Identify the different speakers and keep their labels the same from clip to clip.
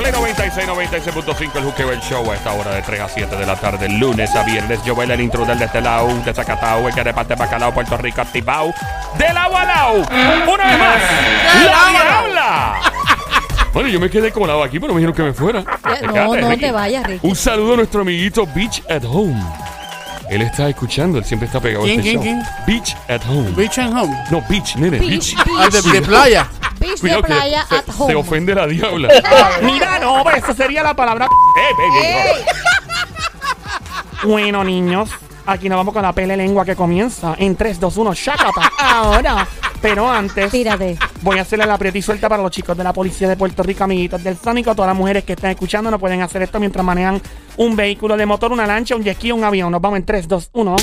Speaker 1: Play 96.5, el Juqueo, el show a esta hora de 3 a 7 de la tarde, lunes a viernes. Yo bailo el intruder de este lado, de Zacatau, el que reparte bacalao, Puerto Rico, activado. ¡De la Walao! ¡Una vez más! ¡La Diabla! Bueno, yo me quedé colado aquí, pero me dijeron que me fuera.
Speaker 2: Eh, No,
Speaker 1: Quédate,
Speaker 2: no
Speaker 1: Ricky.
Speaker 2: te vayas, Ricky.
Speaker 1: Un saludo a nuestro amiguito Beach at Home. Él está escuchando, él siempre está pegado
Speaker 3: ¿Quién,
Speaker 1: a este
Speaker 3: quién,
Speaker 1: show. Beach at Home.
Speaker 3: Beach and Home.
Speaker 1: No, Beach, nene,
Speaker 2: Beach,
Speaker 1: Beach.
Speaker 3: Ah, de,
Speaker 2: beach,
Speaker 3: de playa.
Speaker 2: beach de
Speaker 1: Cuidado que
Speaker 2: playa
Speaker 1: se,
Speaker 2: at
Speaker 1: se
Speaker 2: home.
Speaker 1: ofende la diabla.
Speaker 4: Mira, no, pues esa sería la palabra.
Speaker 1: Eh, baby,
Speaker 4: Bueno, niños, aquí nos vamos con la pele lengua que comienza en 3, 2, 1, shakata. Ahora, pero antes.
Speaker 2: Tírate.
Speaker 4: Voy a hacerle la aprieta y suelta para los chicos de la policía de Puerto Rico, amiguitos del Sónico. Todas las mujeres que están escuchando no pueden hacer esto mientras manejan un vehículo de motor, una lancha, un jet ski, un avión. Nos vamos en 3, 2, 1.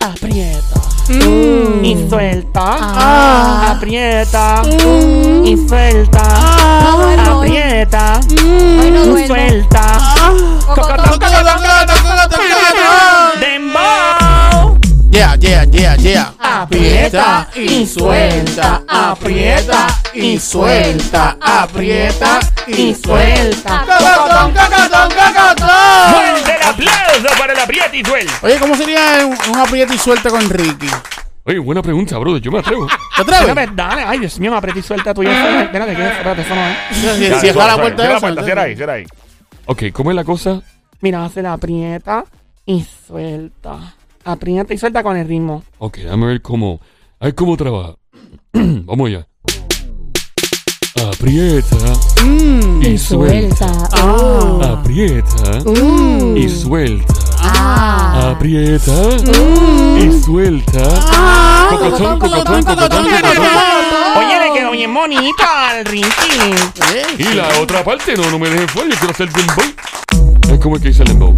Speaker 4: Aprieta. Y suelta. Aprieta. Y suelta.
Speaker 2: Ay, no.
Speaker 4: Aprieta.
Speaker 2: Ay, no duermo.
Speaker 4: Suelta.
Speaker 2: Cocotón.
Speaker 4: Dembow.
Speaker 3: Yeah, yeah, yeah, yeah.
Speaker 4: Aprieta
Speaker 3: Ah.
Speaker 2: y suelta, aprieta
Speaker 3: y suelta, aprieta
Speaker 4: y suelta.
Speaker 3: Cacatón, cacatón, cacatón.
Speaker 1: ¡Fuerte el aplauso para el apriete y duel!
Speaker 3: Oye, ¿cómo sería un, un aprieta y suelta con Ricky?
Speaker 1: Oye, buena pregunta, brother, yo me atrevo.
Speaker 3: ¿Te atreves?
Speaker 4: Espérate, dale. Ay, Dios mío, aprieta y suelta tuya. Espérate, que- espérate, eso no es.
Speaker 3: Si
Speaker 1: Dale,
Speaker 3: si está
Speaker 1: suave,
Speaker 3: la
Speaker 1: suave.
Speaker 3: puerta
Speaker 1: Cierra
Speaker 3: esa,
Speaker 1: puerta, cierra ahí, cierra ahí. Ok, ¿cómo es la cosa?
Speaker 4: Mira, hace la aprieta y suelta. Aprieta y suelta con el ritmo.
Speaker 1: Ok, déjame ver cómo. A ver cómo trabaja. Vamos allá. Aprieta y suelta.
Speaker 2: Suelta.
Speaker 1: Aprieta y suelta. Aprieta y suelta. Cocotón, cocotón, cocotón, cocotón.
Speaker 4: Oye, le quedó bien bonito al Ricky.
Speaker 3: ¿eh?
Speaker 1: Y la otra parte, no, no me dejen fuera, yo quiero hacer dembow. Es como el que dice el dembow.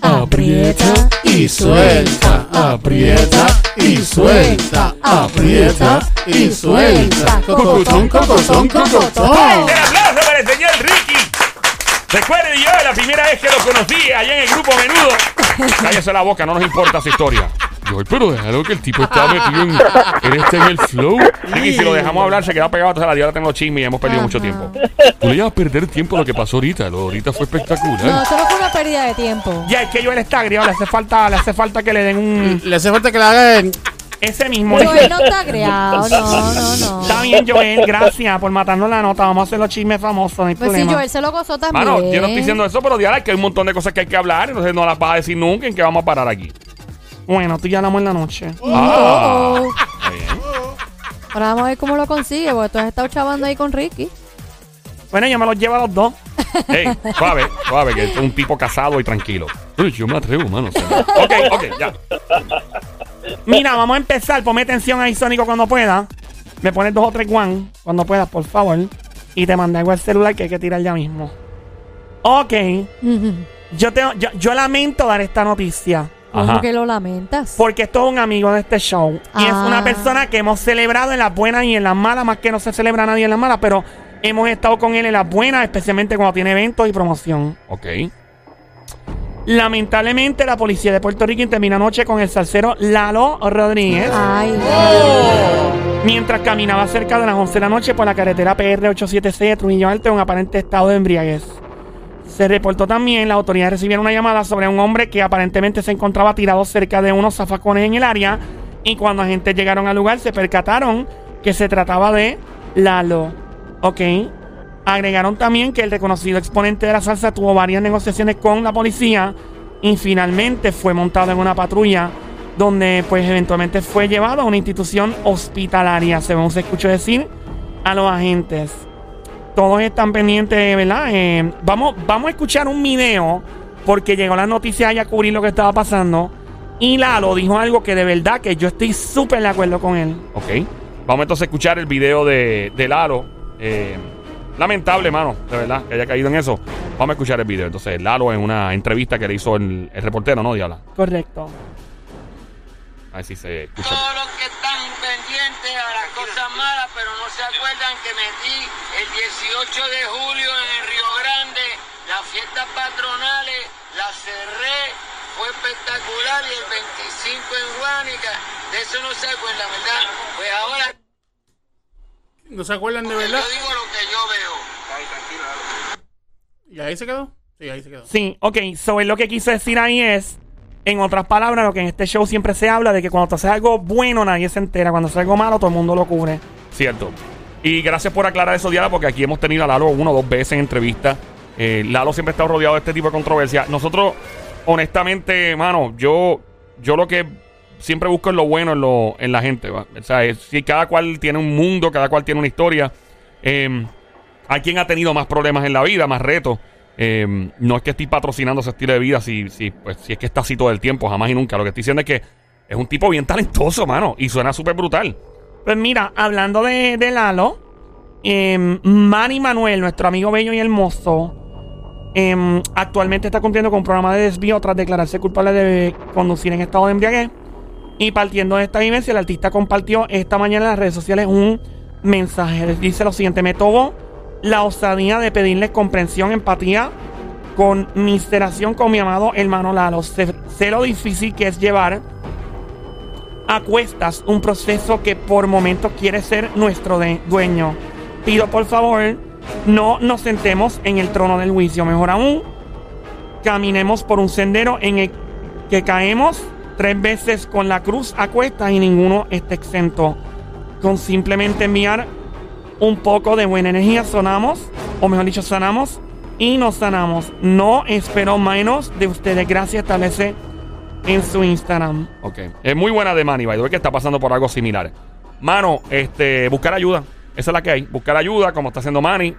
Speaker 2: Aprieta
Speaker 3: Y suelta, aprieta y suelta, aprieta y suelta. Cocotón, cocotón, cocotón.
Speaker 1: ¡El aplauso para el señor Ricky! Recuerden yo, la primera vez que lo conocí allá en el grupo Menudo. Cállese la boca, no nos importa su historia. Yo, pero déjalo que el tipo está metido en, en este en el flow. Ricky, si lo dejamos hablar, se queda pegado hasta la diabla, tengo chisme y hemos perdido mucho tiempo. Tú le ibas a perder tiempo a lo que pasó ahorita. Lo de ahorita fue
Speaker 2: No,
Speaker 1: espectacular.
Speaker 2: eso no fue una pérdida de tiempo.
Speaker 4: Ya, es que Joel está agriado. Le hace falta, le hace falta que le den un.
Speaker 3: Le hace falta que le haga el-
Speaker 4: Ese mismo.
Speaker 2: Joel no está creado, no, no, no.
Speaker 4: Está bien, Joel. Gracias por matarnos la nota. Vamos a hacer los chismes famosos. No hay
Speaker 2: Pues sí,
Speaker 4: problema.
Speaker 2: Joel se lo gozó también.
Speaker 1: Mano, yo no estoy diciendo eso, pero diabla, es que hay un montón de cosas que hay que hablar, entonces no las vas a decir nunca en que vamos a parar aquí.
Speaker 4: Bueno, tú ya hablamos en la noche.
Speaker 1: Ah.
Speaker 2: Oh, oh. Ahora vamos a ver cómo lo consigue, porque tú has estado chavando ahí con Ricky.
Speaker 4: Bueno, yo me los llevo a los dos.
Speaker 1: Ey, suave, suave, que es un tipo casado y tranquilo. Uy, yo me atrevo, mano. o sea. ok, ok, ya.
Speaker 4: Mira, vamos a empezar. Ponme atención ahí, Sónico, cuando pueda. Me pones dos o tres guan cuando puedas, por favor. Y te mandé algo al celular que hay que tirar ya mismo. Ok. Yo, tengo, yo, yo lamento dar esta noticia.
Speaker 1: Ajá.
Speaker 2: Como que lo lamentas.
Speaker 4: Porque esto es un amigo de este show. Y es
Speaker 2: Ah.
Speaker 4: una persona que hemos celebrado en las buenas y en las malas. Más que no se celebra nadie en las malas, pero hemos estado con él en las buenas, especialmente cuando tiene eventos y promoción.
Speaker 1: Ok.
Speaker 4: Lamentablemente, la policía de Puerto Rico intervino anoche con el salsero Lalo Rodríguez.
Speaker 2: Ay,
Speaker 4: Mientras caminaba cerca de las 11 de la noche por la carretera PR876 de Trujillo Alto en un aparente estado de embriaguez. Se reportó también, las autoridades recibieron una llamada sobre un hombre que aparentemente se encontraba tirado cerca de unos zafacones en el área y cuando agentes llegaron al lugar se percataron que se trataba de Lalo. ¿Ok? Agregaron también que el reconocido exponente de la salsa tuvo varias negociaciones con la policía y finalmente fue montado en una patrulla donde pues eventualmente fue llevado a una institución hospitalaria, según se escuchó decir a los agentes. Todos están pendientes, ¿verdad? Eh, vamos, vamos a escuchar un video porque llegó la noticia y a cubrir lo que estaba pasando. Y Lalo dijo algo que de verdad que yo estoy súper de acuerdo con él.
Speaker 1: Ok. Vamos entonces a escuchar el video de, de Lalo. Eh, lamentable, mano, de verdad, que haya caído en eso. Vamos a escuchar el video. Entonces, Lalo en una entrevista que le hizo el, el reportero, ¿no, Diabla?
Speaker 4: Correcto.
Speaker 1: A ver si se escucha.
Speaker 5: Todos los que están pendientes a las cosas malas, pero no se acuerdan que metí el 18 de julio en el Río Grande las fiestas patronales, las cerré, fue espectacular y el 25 en Guánica, de eso no se acuerdan, ¿verdad? Pues ahora
Speaker 3: ¿No se acuerdan de
Speaker 5: yo digo lo que yo veo.
Speaker 3: ¿Y ahí se quedó? Sí, ahí se quedó.
Speaker 4: Sí, ok. So, él lo que quiso decir ahí es, en otras palabras, lo que en este show siempre se habla de que cuando tú haces algo bueno nadie se entera. Cuando haces algo malo todo el mundo lo cubre.
Speaker 6: Cierto. Y gracias por aclarar eso, Diana, porque aquí hemos tenido a Lalo uno o dos veces en entrevista. Eh, Lalo siempre está rodeado de este tipo de controversia. Nosotros, honestamente, mano, yo, yo lo que siempre busco es lo bueno en, lo, en la gente. ¿va? O sea, es- si cada cual tiene un mundo, cada cual tiene una historia. Eh, hay quien ha tenido más problemas en la vida, más retos. Eh, no es que estoy patrocinando ese estilo de vida, si, si, pues, si es que está así todo el tiempo, jamás y nunca. Lo que estoy diciendo es que es un tipo bien talentoso, mano, y suena súper brutal.
Speaker 4: Pues mira, hablando de, de Lalo, em, Manny Manuel, nuestro amigo bello y hermoso, em, actualmente está cumpliendo con un programa de desvío tras declararse culpable de conducir en estado de embriaguez. Y partiendo de esta vivencia, el artista compartió esta mañana en las redes sociales un mensaje. Dice lo siguiente, me tomó la osadía de pedirles comprensión, empatía, con miseración con mi amado hermano Lalo. Sé- sé lo difícil que es llevar a cuestas un proceso que por momentos quiere ser nuestro de- dueño. Pido por favor, no nos sentemos en el trono del juicio. Mejor aún, caminemos por un sendero en el que caemos tres veces con la cruz a cuestas y ninguno está exento. Con simplemente enviar un poco de buena energía sonamos, o mejor dicho, sanamos y nos sanamos. No espero menos de ustedes. Gracias, establece en su Instagram.
Speaker 6: Ok. Es muy buena de Manny, by the way, que está pasando por algo similar. Mano, este, buscar ayuda. Esa es la que hay. Buscar ayuda, como está haciendo Manny.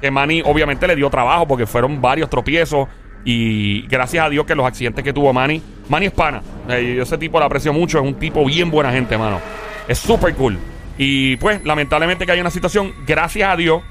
Speaker 6: Que Manny obviamente le dio trabajo porque fueron varios tropiezos. Y gracias a Dios que los accidentes que tuvo Manny. Manny es pana. Eh, yo ese tipo lo aprecio mucho. Es un tipo bien buena gente, mano. Es súper cool. Y pues, lamentablemente que hay una situación. Gracias a Dios,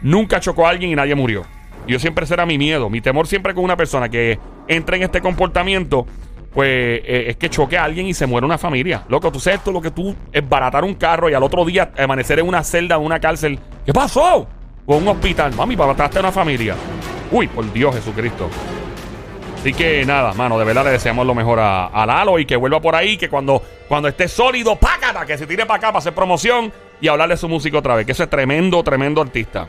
Speaker 6: nunca chocó a alguien y nadie murió. Yo siempre ese era mi miedo. Mi temor siempre con una persona que entre en este comportamiento pues eh, es que choque a alguien y se muere una familia. Loco, tú sabes esto, lo que tú es baratar un carro y al otro día amanecer en una celda, en una cárcel. ¿Qué pasó? O en un hospital. Mami, barataste a una familia. Uy, por Dios Jesucristo. Así que nada, mano, de verdad le deseamos lo mejor a, a Lalo y que vuelva por ahí, que cuando, cuando esté sólido, pácata, que se tire para acá para hacer promoción y hablarle de su música otra vez, que ese es tremendo, tremendo artista.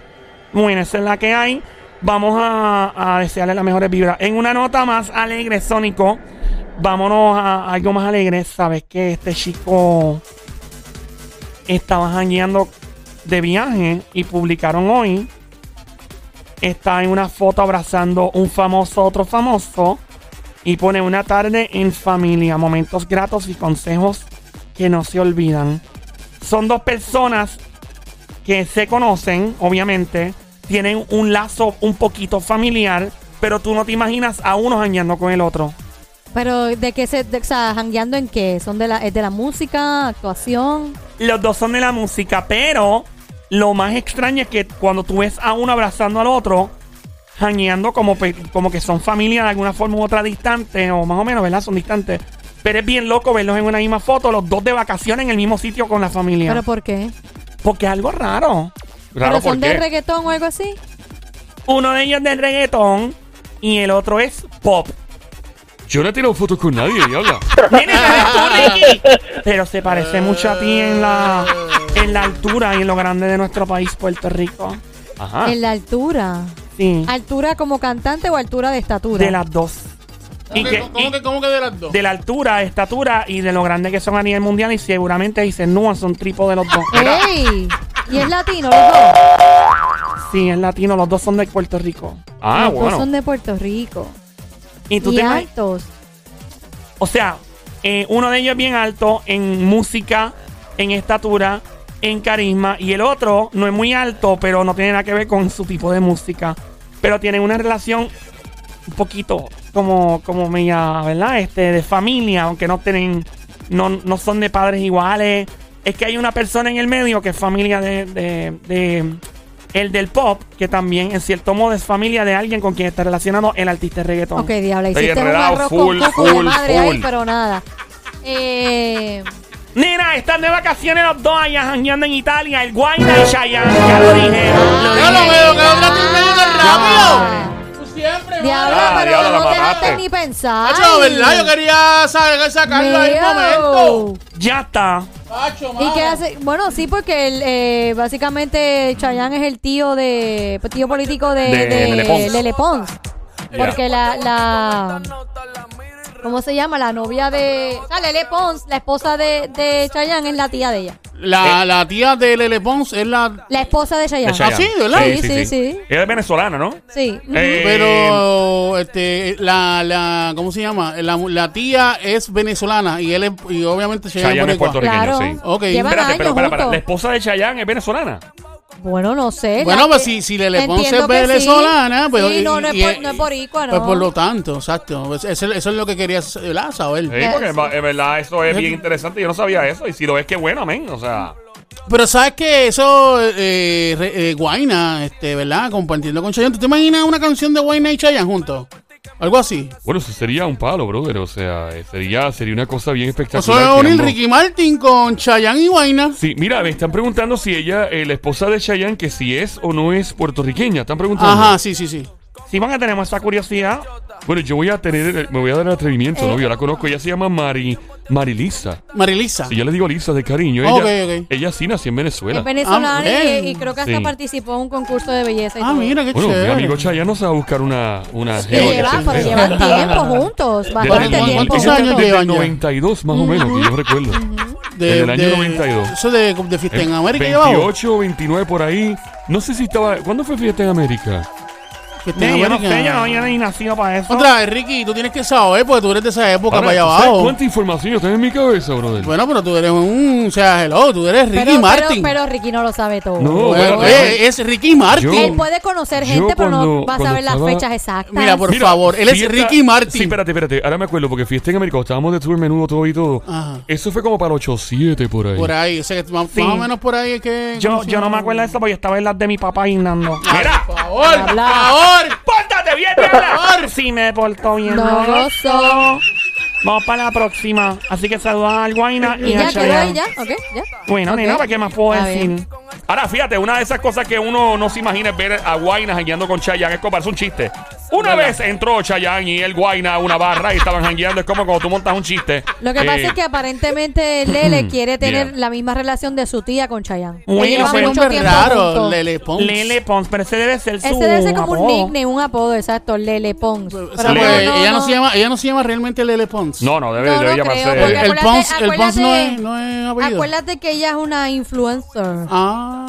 Speaker 4: Bueno, esa es la que hay. Vamos a, a desearle las mejores vibras. En una nota más alegre, Sónico, vámonos a algo más alegre. Sabes que este chico estaba jangueando de viaje y publicaron hoy. Está en una foto abrazando un famoso, otro famoso. Y pone una tarde en familia, momentos gratos y consejos que no se olvidan. Son dos personas que se conocen, obviamente, tienen un lazo un poquito familiar, pero tú no te imaginas a uno jangueando con el otro.
Speaker 2: Pero de qué se, de- o sea, jangueando en qué? Son de la, es de la música, actuación.
Speaker 4: Los dos son de la música, pero lo más extraño es que cuando tú ves a uno abrazando al otro, jangueando como, pe- como que son familia de alguna forma u otra distante, o más o menos, ¿verdad? Son distantes. Pero es bien loco verlos en una misma foto, los dos de vacaciones en el mismo sitio con la familia.
Speaker 2: ¿Pero por qué?
Speaker 4: porque es algo raro.
Speaker 6: Raro
Speaker 2: ¿Pero son
Speaker 6: porque
Speaker 2: de reggaetón o algo así?
Speaker 4: Uno de ellos es del reggaetón y el otro es pop.
Speaker 6: yo no he tirado fotos con nadie, diabla.
Speaker 4: Nene, ¿sabes tú, Ricky? Pero se parece mucho a ti en la, en la altura y en lo grande de nuestro país, Puerto Rico.
Speaker 6: Ajá.
Speaker 2: En la altura.
Speaker 4: Sí.
Speaker 2: ¿Altura como cantante o altura de estatura?
Speaker 4: De las dos. Y
Speaker 3: ¿Cómo
Speaker 4: que-
Speaker 3: que- ¿Cómo
Speaker 4: y
Speaker 3: que, cómo que de las dos?
Speaker 4: de la altura, estatura y de lo grande que son a nivel mundial. Y seguramente dicen, no, son tripo de los dos.
Speaker 2: Eh. ¡Ey! ¿Y es latino los dos?
Speaker 4: Sí, es latino, los dos son de Puerto Rico.
Speaker 6: Ah,
Speaker 2: los dos
Speaker 6: bueno.
Speaker 2: son de Puerto Rico.
Speaker 4: Y tú
Speaker 2: Y
Speaker 4: te imag-
Speaker 2: altos.
Speaker 4: O sea, eh, uno de ellos es bien alto en música, en estatura, en carisma. Y el otro no es muy alto, pero no tiene nada que ver con su tipo de música. Pero tienen una relación un poquito como, como media, ¿verdad? Este, de familia, aunque no tienen, no, no son de padres iguales. Es que hay una persona en el medio que es familia de, de- de- el del pop, que también en cierto modo es familia de alguien con quien está relacionado el artista de reggaetón.
Speaker 2: Ok, diabla,
Speaker 6: Estoy
Speaker 2: hiciste un
Speaker 6: enredado,
Speaker 2: arroz
Speaker 6: full,
Speaker 2: con coco de
Speaker 6: full,
Speaker 2: madre ahí,
Speaker 6: full.
Speaker 2: pero nada. Eh,
Speaker 4: Nena, están de vacaciones los dos allá jangueando en Italia, el Guayna y Chayanne, ya lo dije. Lo
Speaker 3: Ya lo
Speaker 4: dije.
Speaker 3: veo, que otra tú medio de
Speaker 2: Ah.
Speaker 3: rápido. Tú siempre,
Speaker 2: diabla,
Speaker 6: Ah,
Speaker 2: pero
Speaker 6: diabla, la
Speaker 2: no
Speaker 6: mataste.
Speaker 2: dejaste ni pensar.
Speaker 3: Hacho, ¿verdad? Yo quería sa- sacarlo ahí un
Speaker 2: Meo.
Speaker 3: momento.
Speaker 4: Ya está.
Speaker 3: Pacho,
Speaker 2: ¿Y
Speaker 3: mano.
Speaker 2: qué hace? Bueno, sí, porque el, eh, básicamente Chayanne es el tío de pues, tío político de,
Speaker 6: De
Speaker 2: de,
Speaker 6: Lele Pons.
Speaker 2: Lele Pons.
Speaker 6: Ya.
Speaker 2: Porque la, la ¿cómo se llama? La novia de o sea, Lele Pons, la esposa de, de Chayanne es la tía de ella.
Speaker 3: La, la tía de Lele Pons es la.
Speaker 2: La esposa de Chayanne.
Speaker 6: De Chayanne.
Speaker 3: ¿Ah, sí? ¿Verdad?
Speaker 2: Sí, sí, sí.
Speaker 6: Ella es venezolana, ¿no?
Speaker 2: Sí.
Speaker 6: Eh,
Speaker 2: Eh,
Speaker 3: Pero, este, la, la, ¿cómo se llama? La, la tía es venezolana y él es, y obviamente se
Speaker 6: Chayanne
Speaker 3: llama
Speaker 6: es puertorriqueño,
Speaker 2: Claro.
Speaker 6: sí.
Speaker 3: Ok.
Speaker 2: Llevan
Speaker 6: Espérate,
Speaker 2: años
Speaker 6: pero para, para.
Speaker 2: juntos.
Speaker 6: ¿La esposa de Chayanne es venezolana?
Speaker 2: Bueno, no sé.
Speaker 3: Bueno,
Speaker 2: la-
Speaker 3: pues si, si Lele Pons es
Speaker 2: Eh, Entiendo que sí.
Speaker 3: venezolana, pues.
Speaker 2: Sí, no, no es
Speaker 3: y-
Speaker 2: por- no es boricua,
Speaker 3: Pues
Speaker 2: no.
Speaker 3: por lo tanto, exacto. Pues Eso, eso es lo que quería ¿verdad? saber.
Speaker 6: Sí, porque en va- en verdad eso es bien interesante. Yo no sabía eso. Y si lo es, qué bueno, amén. O sea,
Speaker 3: Pero sabes que eso, eh, re- eh, Guayna, este, ¿verdad? Compartiendo con Chayanne. ¿Tú te imaginas una canción de Guayna y Chayanne juntos? Algo así.
Speaker 6: bueno, eso sería un palo, brother. O sea, eh, sería, sería una cosa bien
Speaker 3: O
Speaker 6: espectacular.
Speaker 3: sea,
Speaker 6: que
Speaker 3: unir
Speaker 6: ambos-
Speaker 3: Ricky Martin con Chayanne y Guayna.
Speaker 6: Sí, mira, me están preguntando si ella, eh, la esposa de Chayanne, que si es o no es puertorriqueña. Están preguntando.
Speaker 3: Ajá, sí, sí, sí.
Speaker 4: Si van a tener esa curiosidad, Eh.
Speaker 6: Bueno, yo voy a tener, el- me voy a dar el atrevimiento, ¿no? Yo la conozco, ella se llama Mari, Marilisa.
Speaker 3: Marilisa.
Speaker 6: Si yo le digo Lisa de cariño, ella,
Speaker 3: Ok, ok.
Speaker 6: ella sí nació en Venezuela.
Speaker 2: es venezolana
Speaker 3: Ah,
Speaker 2: y-
Speaker 3: ok.
Speaker 2: y, creo que hasta
Speaker 6: Sí.
Speaker 2: participó en un concurso de belleza. y
Speaker 3: Ah,
Speaker 2: todo.
Speaker 3: mira, qué
Speaker 6: Bueno, mi
Speaker 3: chévere.
Speaker 6: amigo Chayanne no se va a buscar una... una
Speaker 2: Y
Speaker 6: jeva que
Speaker 2: llevan,
Speaker 6: sea
Speaker 2: pero
Speaker 6: fea.
Speaker 2: llevan tiempo juntos, bastante
Speaker 3: ¿Cuántos
Speaker 2: tiempo.
Speaker 6: Desde
Speaker 3: años
Speaker 6: el
Speaker 3: llevan ya?
Speaker 6: 92 más o menos, que yo recuerdo. Desde el año 92.
Speaker 3: Eso de, de Fiesta en América llevaba.
Speaker 6: 28 o 29 por ahí. No sé si estaba... ¿Cuándo fue Fiesta en América?
Speaker 3: Fiesta en
Speaker 4: sí, yo no sé, yo no
Speaker 3: América.
Speaker 4: había ni nacido para eso.
Speaker 3: Otra vez, Ricky, tú tienes que saber, porque tú eres de esa época
Speaker 6: Ahora,
Speaker 3: para allá
Speaker 6: ¿tú sabes
Speaker 3: abajo.
Speaker 6: ¿Cuánta información yo tengo en mi cabeza, brother?
Speaker 3: Bueno, pero tú eres un. O sea, hello, tú eres Ricky
Speaker 2: Pero, pero-
Speaker 3: Martin.
Speaker 2: pero Ricky no lo sabe todo.
Speaker 6: No,
Speaker 3: Bueno,
Speaker 6: espérate.
Speaker 3: eh, es Ricky Martin.
Speaker 6: Yo-
Speaker 2: Él puede conocer
Speaker 6: Yo
Speaker 2: gente, pero
Speaker 6: cuando-
Speaker 2: no va a
Speaker 6: cuando
Speaker 2: saber las
Speaker 6: estaba-
Speaker 2: fechas exactas.
Speaker 3: Mira, por
Speaker 6: Mira,
Speaker 3: favor, él es
Speaker 6: Fiesta-
Speaker 3: Ricky Martin.
Speaker 6: Sí, espérate, espérate. Ahora me acuerdo porque Fiesta en América, estábamos de tour menudo todo y todo.
Speaker 3: Ajá.
Speaker 6: Eso fue como para 8-7 por ahí.
Speaker 3: Por ahí, o sea, que más,
Speaker 4: Sí.
Speaker 3: más o menos por ahí es que.
Speaker 4: Yo, yo no me acuerdo de eso porque yo estaba en las de mi papá guindando.
Speaker 3: Ah.
Speaker 6: Mira,
Speaker 3: Por favor, por
Speaker 2: Habla.
Speaker 3: favor.
Speaker 6: pórtate bien, diabla.
Speaker 4: Sí, me portó bien.
Speaker 2: No lo so.
Speaker 4: Vamos para la próxima. Así que saludan al Guayna y,
Speaker 2: Y ya
Speaker 4: a
Speaker 2: quedó ahí,
Speaker 4: Chayanne.
Speaker 2: ya, ok, ya.
Speaker 4: Bueno,
Speaker 2: Ok.
Speaker 4: nena, ¿qué más puedo
Speaker 2: Está
Speaker 4: decir?
Speaker 2: bien.
Speaker 6: Ahora, fíjate, una de esas cosas que uno no se imagina es ver a Guayna jangueando con Chayanne. Es como, es un chiste. Una vez entró Chayanne y el Guayna a una barra y estaban jangueando. Es como cuando tú montas un chiste.
Speaker 2: Lo que
Speaker 6: Eh,
Speaker 2: pasa es que aparentemente Lele quiere tener
Speaker 6: Yeah.
Speaker 2: la misma relación de su tía con Chayanne.
Speaker 4: Uy,
Speaker 2: Que llevan
Speaker 4: ese
Speaker 2: mucho
Speaker 3: Nombre
Speaker 2: tiempo
Speaker 3: raro,
Speaker 2: juntos.
Speaker 3: Lele Pons.
Speaker 4: Lele Pons, pero ese debe ser su
Speaker 2: Ese debe ser como un
Speaker 4: apodo.
Speaker 2: nickname, un apodo, exacto, Lele Pons.
Speaker 3: O sea,
Speaker 2: Pero
Speaker 6: Lele.
Speaker 3: pues,
Speaker 2: no,
Speaker 3: ella, no se llama, ella no se llama realmente Lele Pons.
Speaker 6: No, no, debe,
Speaker 2: No,
Speaker 6: debe
Speaker 2: no
Speaker 6: llamarse.
Speaker 2: creo, porque-
Speaker 3: Eh, El
Speaker 2: Acuérdate-
Speaker 3: Pons, el Pons no,
Speaker 2: acuérdate-
Speaker 3: es, no es apellido.
Speaker 2: Acuérdate que ella es una influencer.
Speaker 3: Ah.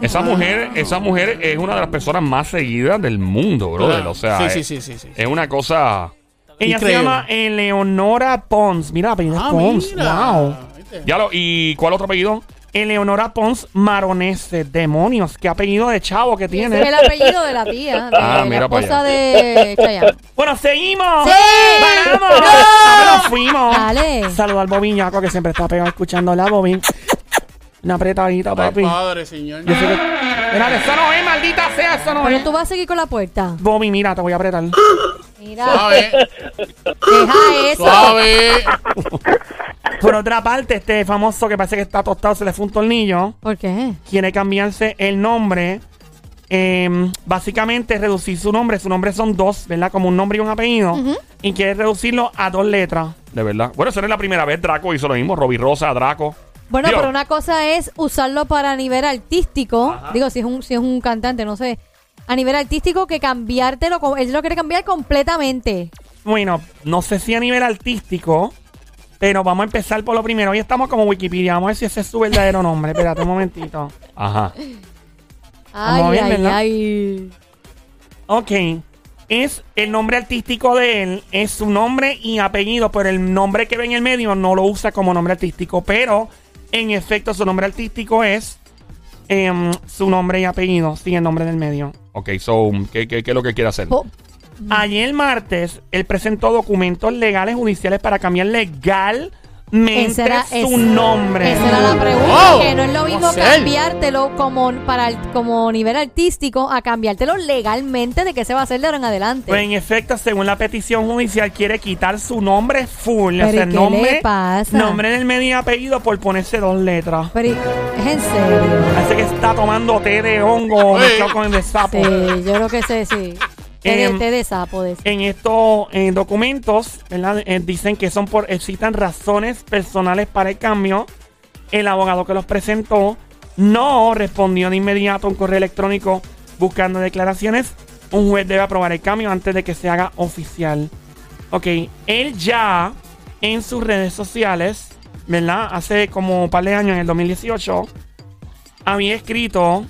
Speaker 6: Esa mujer, esa mujer es una de las personas más seguidas del mundo, brother. O sea, eh.
Speaker 3: Sí,
Speaker 6: es-
Speaker 3: sí, sí, sí, sí.
Speaker 6: es una cosa.
Speaker 4: Ella se
Speaker 3: Increíble.
Speaker 4: llama Eleonora Pons. Mira, apellido es
Speaker 3: Ah,
Speaker 4: Pons.
Speaker 3: mira.
Speaker 4: Wow.
Speaker 3: Viste.
Speaker 6: Ya lo, ¿Y cuál otro apellido?
Speaker 4: Eleonora Pons Maronese. Demonios, qué apellido de chavo que
Speaker 2: Ese
Speaker 4: tiene.
Speaker 2: es el apellido de la tía, de
Speaker 6: Ah,
Speaker 2: la
Speaker 6: mira pa'
Speaker 2: esposa
Speaker 6: allá.
Speaker 2: de Chayanne.
Speaker 4: Bueno, seguimos.
Speaker 2: ¡Sí!
Speaker 4: ¡Vamos!
Speaker 2: ¡No!
Speaker 4: Ah, pero fuimos!
Speaker 2: Dale.
Speaker 4: Saluda al Bobiñaco que siempre está pegado escuchando la Bobin. Una apretadita,
Speaker 3: Ay,
Speaker 4: papi.
Speaker 3: padre, señor.
Speaker 4: Yo sé que. Mira, eso no es, maldita sea, eso no
Speaker 2: Pero
Speaker 4: es.
Speaker 2: tú vas a seguir con la puerta.
Speaker 4: Bobby, mira, te voy a apretar.
Speaker 2: Mira,
Speaker 3: Suave,
Speaker 2: deja eso.
Speaker 3: suave.
Speaker 4: Por otra parte, este famoso que parece que está tostado, se le fue un tornillo.
Speaker 2: ¿Por qué?
Speaker 4: Quiere cambiarse el nombre. eh, básicamente, reducir su nombre. Su nombre son dos, ¿verdad? Como un nombre y un apellido. Y quiere reducirlo a dos letras.
Speaker 6: De verdad. Bueno, esa no es la primera vez. Draco hizo lo mismo. Robbie Rosa, Draco.
Speaker 2: Bueno,
Speaker 6: Digo,
Speaker 2: pero una cosa es usarlo para a nivel artístico. Digo, si es un si es un cantante, no sé. A nivel artístico que cambiártelo, co- él lo quiere cambiar completamente.
Speaker 4: Bueno, no sé si a nivel artístico, pero vamos a empezar por lo primero. Hoy estamos como Wikipedia. Vamos a ver si ese es su verdadero nombre. Espérate un momentito.
Speaker 6: Ajá.
Speaker 4: Vamos a
Speaker 2: Ay,
Speaker 4: ver,
Speaker 2: ay,
Speaker 4: ¿verdad?
Speaker 2: ay.
Speaker 4: Ok. Es el nombre artístico de él, es su nombre y apellido, pero el nombre que ve en el medio no lo usa como nombre artístico. Pero, en efecto, su nombre artístico es em, su nombre y apellido, sí, el nombre del medio.
Speaker 6: Ok, so, ¿qué, qué, qué es lo que quiere hacer?
Speaker 2: Po-
Speaker 4: Ayer martes, él presentó documentos legales judiciales para cambiar legalmente
Speaker 2: Esa era-
Speaker 4: su
Speaker 2: esa-
Speaker 4: nombre.
Speaker 2: Esa era la pregunta,
Speaker 3: Oh,
Speaker 2: que no es lo mismo
Speaker 3: Marcel.
Speaker 2: cambiártelo como para como nivel artístico a cambiártelo legalmente de que se va a hacer de ahora en adelante.
Speaker 4: Pues, en efecto, según la petición judicial, quiere quitar su nombre full.
Speaker 2: Pero,
Speaker 4: o sea,
Speaker 2: ¿y
Speaker 4: el
Speaker 2: qué
Speaker 4: nombre,
Speaker 2: le pasa?
Speaker 4: nombre del medio y apellido por ponerse dos letras.
Speaker 2: Pero es en serio.
Speaker 4: Parece que está tomando té de hongo
Speaker 3: Ey.
Speaker 4: mezclado con el de
Speaker 6: Ah,
Speaker 4: sapo.
Speaker 2: Sí, yo creo que sé, sí. Té de,
Speaker 4: Em,
Speaker 2: té de sapo, de
Speaker 4: En estos eh, documentos, ¿verdad? Eh, dicen que son por, excitan razones personales para el cambio. El abogado que los presentó no respondió de inmediato a un correo electrónico buscando declaraciones. Un juez debe aprobar el cambio antes de que se haga oficial. Ok, él ya en sus redes sociales, ¿verdad? Hace como un par de años, en el 2018, había escrito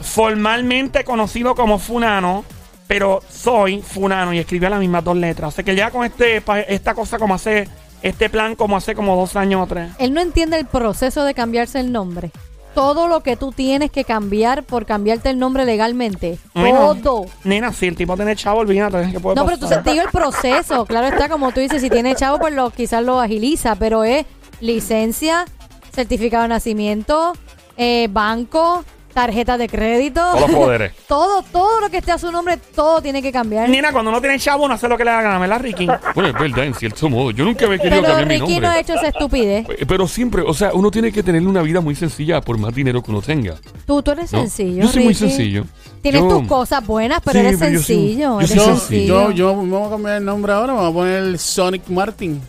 Speaker 4: formalmente conocido como Funano, pero soy Funano y escribía las mismas dos letras. O sea que ya con este, pa- esta cosa como hace, este plan como hace como dos años o tres.
Speaker 2: Él no entiende el proceso de cambiarse el nombre. Todo lo que tú tienes que cambiar por cambiarte el nombre legalmente.
Speaker 4: Bueno,
Speaker 2: Todo.
Speaker 4: Nena, si el tipo tiene chavo, olvídate que puede
Speaker 2: No, pero tú
Speaker 4: pasar.
Speaker 2: te digo el proceso. Claro está, como tú dices, si tiene chavo, pues lo, quizás lo agiliza, pero es licencia, certificado de nacimiento, eh, banco, tarjeta de crédito.
Speaker 6: Todos los poderes.
Speaker 2: todo, todo lo que esté a su nombre, todo tiene que cambiar.
Speaker 4: Nena, cuando no tiene chavo, no hace lo que le haga gana, ¿verdad, Ricky?
Speaker 6: Bueno, es verdad, en cierto modo. Yo nunca había querido
Speaker 2: Pero
Speaker 6: cambiar mi
Speaker 2: Ricky
Speaker 6: nombre.
Speaker 2: no ha hecho esa estupidez.
Speaker 6: Eh, Pero siempre, o sea, uno tiene que tener una vida muy sencilla por más dinero que uno tenga.
Speaker 2: Tú, tú eres
Speaker 6: ¿no?
Speaker 2: sencillo.
Speaker 6: Yo soy muy
Speaker 2: Ricky.
Speaker 6: sencillo.
Speaker 2: Tienes
Speaker 6: Yo-
Speaker 2: tus cosas buenas, pero
Speaker 6: Sí,
Speaker 2: eres
Speaker 6: pero yo soy-
Speaker 2: sencillo.
Speaker 6: yo
Speaker 2: eres
Speaker 6: soy
Speaker 3: Yo,
Speaker 2: sencillo.
Speaker 3: yo, yo me voy a cambiar el nombre ahora, me voy a poner Sonic Martin.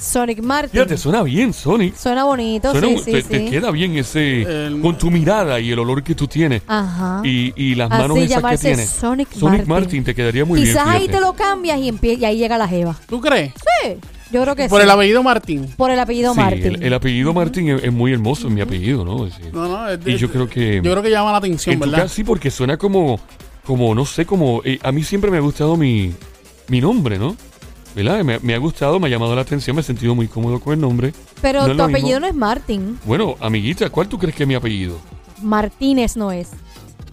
Speaker 2: Sonic Martin.
Speaker 6: Fíjate, suena bien, Sonic.
Speaker 2: Suena bonito,
Speaker 6: Suena
Speaker 2: sí,
Speaker 6: un-
Speaker 2: sí,
Speaker 6: te,
Speaker 2: sí.
Speaker 6: te queda bien ese.
Speaker 3: El-
Speaker 6: con tu mirada y el olor que tú tienes.
Speaker 2: Ajá.
Speaker 6: Y, y las
Speaker 2: Así
Speaker 6: manos esas que
Speaker 2: llamarse
Speaker 6: tienes.
Speaker 2: Sonic Martin.
Speaker 6: Martin te quedaría muy bien.
Speaker 2: Quizás ahí
Speaker 6: fíjate.
Speaker 2: te lo cambias y, empie- y ahí llega la jeva.
Speaker 3: ¿Tú creres?
Speaker 2: Sí, yo creo que
Speaker 3: Por
Speaker 2: sí.
Speaker 3: el apellido Martin.
Speaker 2: por el apellido
Speaker 6: Sí,
Speaker 2: Martin.
Speaker 6: El, el apellido Martin es, es muy hermoso, es mi apellido, ¿no? Es decir,
Speaker 3: No, no, es-
Speaker 6: y yo
Speaker 3: es-
Speaker 6: creo que.
Speaker 3: Yo creo que llama la atención,
Speaker 6: en tu
Speaker 3: ¿verdad?
Speaker 6: caso, sí, porque suena como. Como, no sé, como. eh, a mí siempre me ha gustado mi, mi nombre, ¿no? ¿Verdad? Me, me ha gustado, me ha llamado la atención, me he sentido muy cómodo con el nombre.
Speaker 2: Pero
Speaker 6: No es
Speaker 2: tu
Speaker 6: lo mismo.
Speaker 2: apellido no es Martin.
Speaker 6: Bueno, amiguita, ¿cuál tú crees que es mi apellido?
Speaker 2: Martínez no es.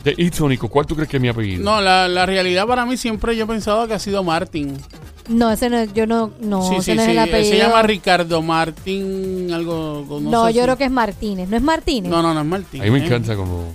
Speaker 6: De Itzónico, ¿cuál tú crees que es mi apellido?
Speaker 3: No, la, la realidad para mí siempre yo he pensado que ha sido Martin.
Speaker 2: No, ese no es, yo no, no,
Speaker 3: sí,
Speaker 2: Oh, ese
Speaker 3: sí,
Speaker 2: no es
Speaker 3: sí.
Speaker 2: el
Speaker 3: Él
Speaker 2: apellido.
Speaker 3: Se llama Ricardo Martin, algo. No,
Speaker 2: no,
Speaker 3: sé
Speaker 2: yo
Speaker 3: si-
Speaker 2: creo que es Martínez. ¿No es Martínez?
Speaker 3: No, no, no es Martin.
Speaker 6: A mí me
Speaker 3: ¿eh?
Speaker 6: encanta como...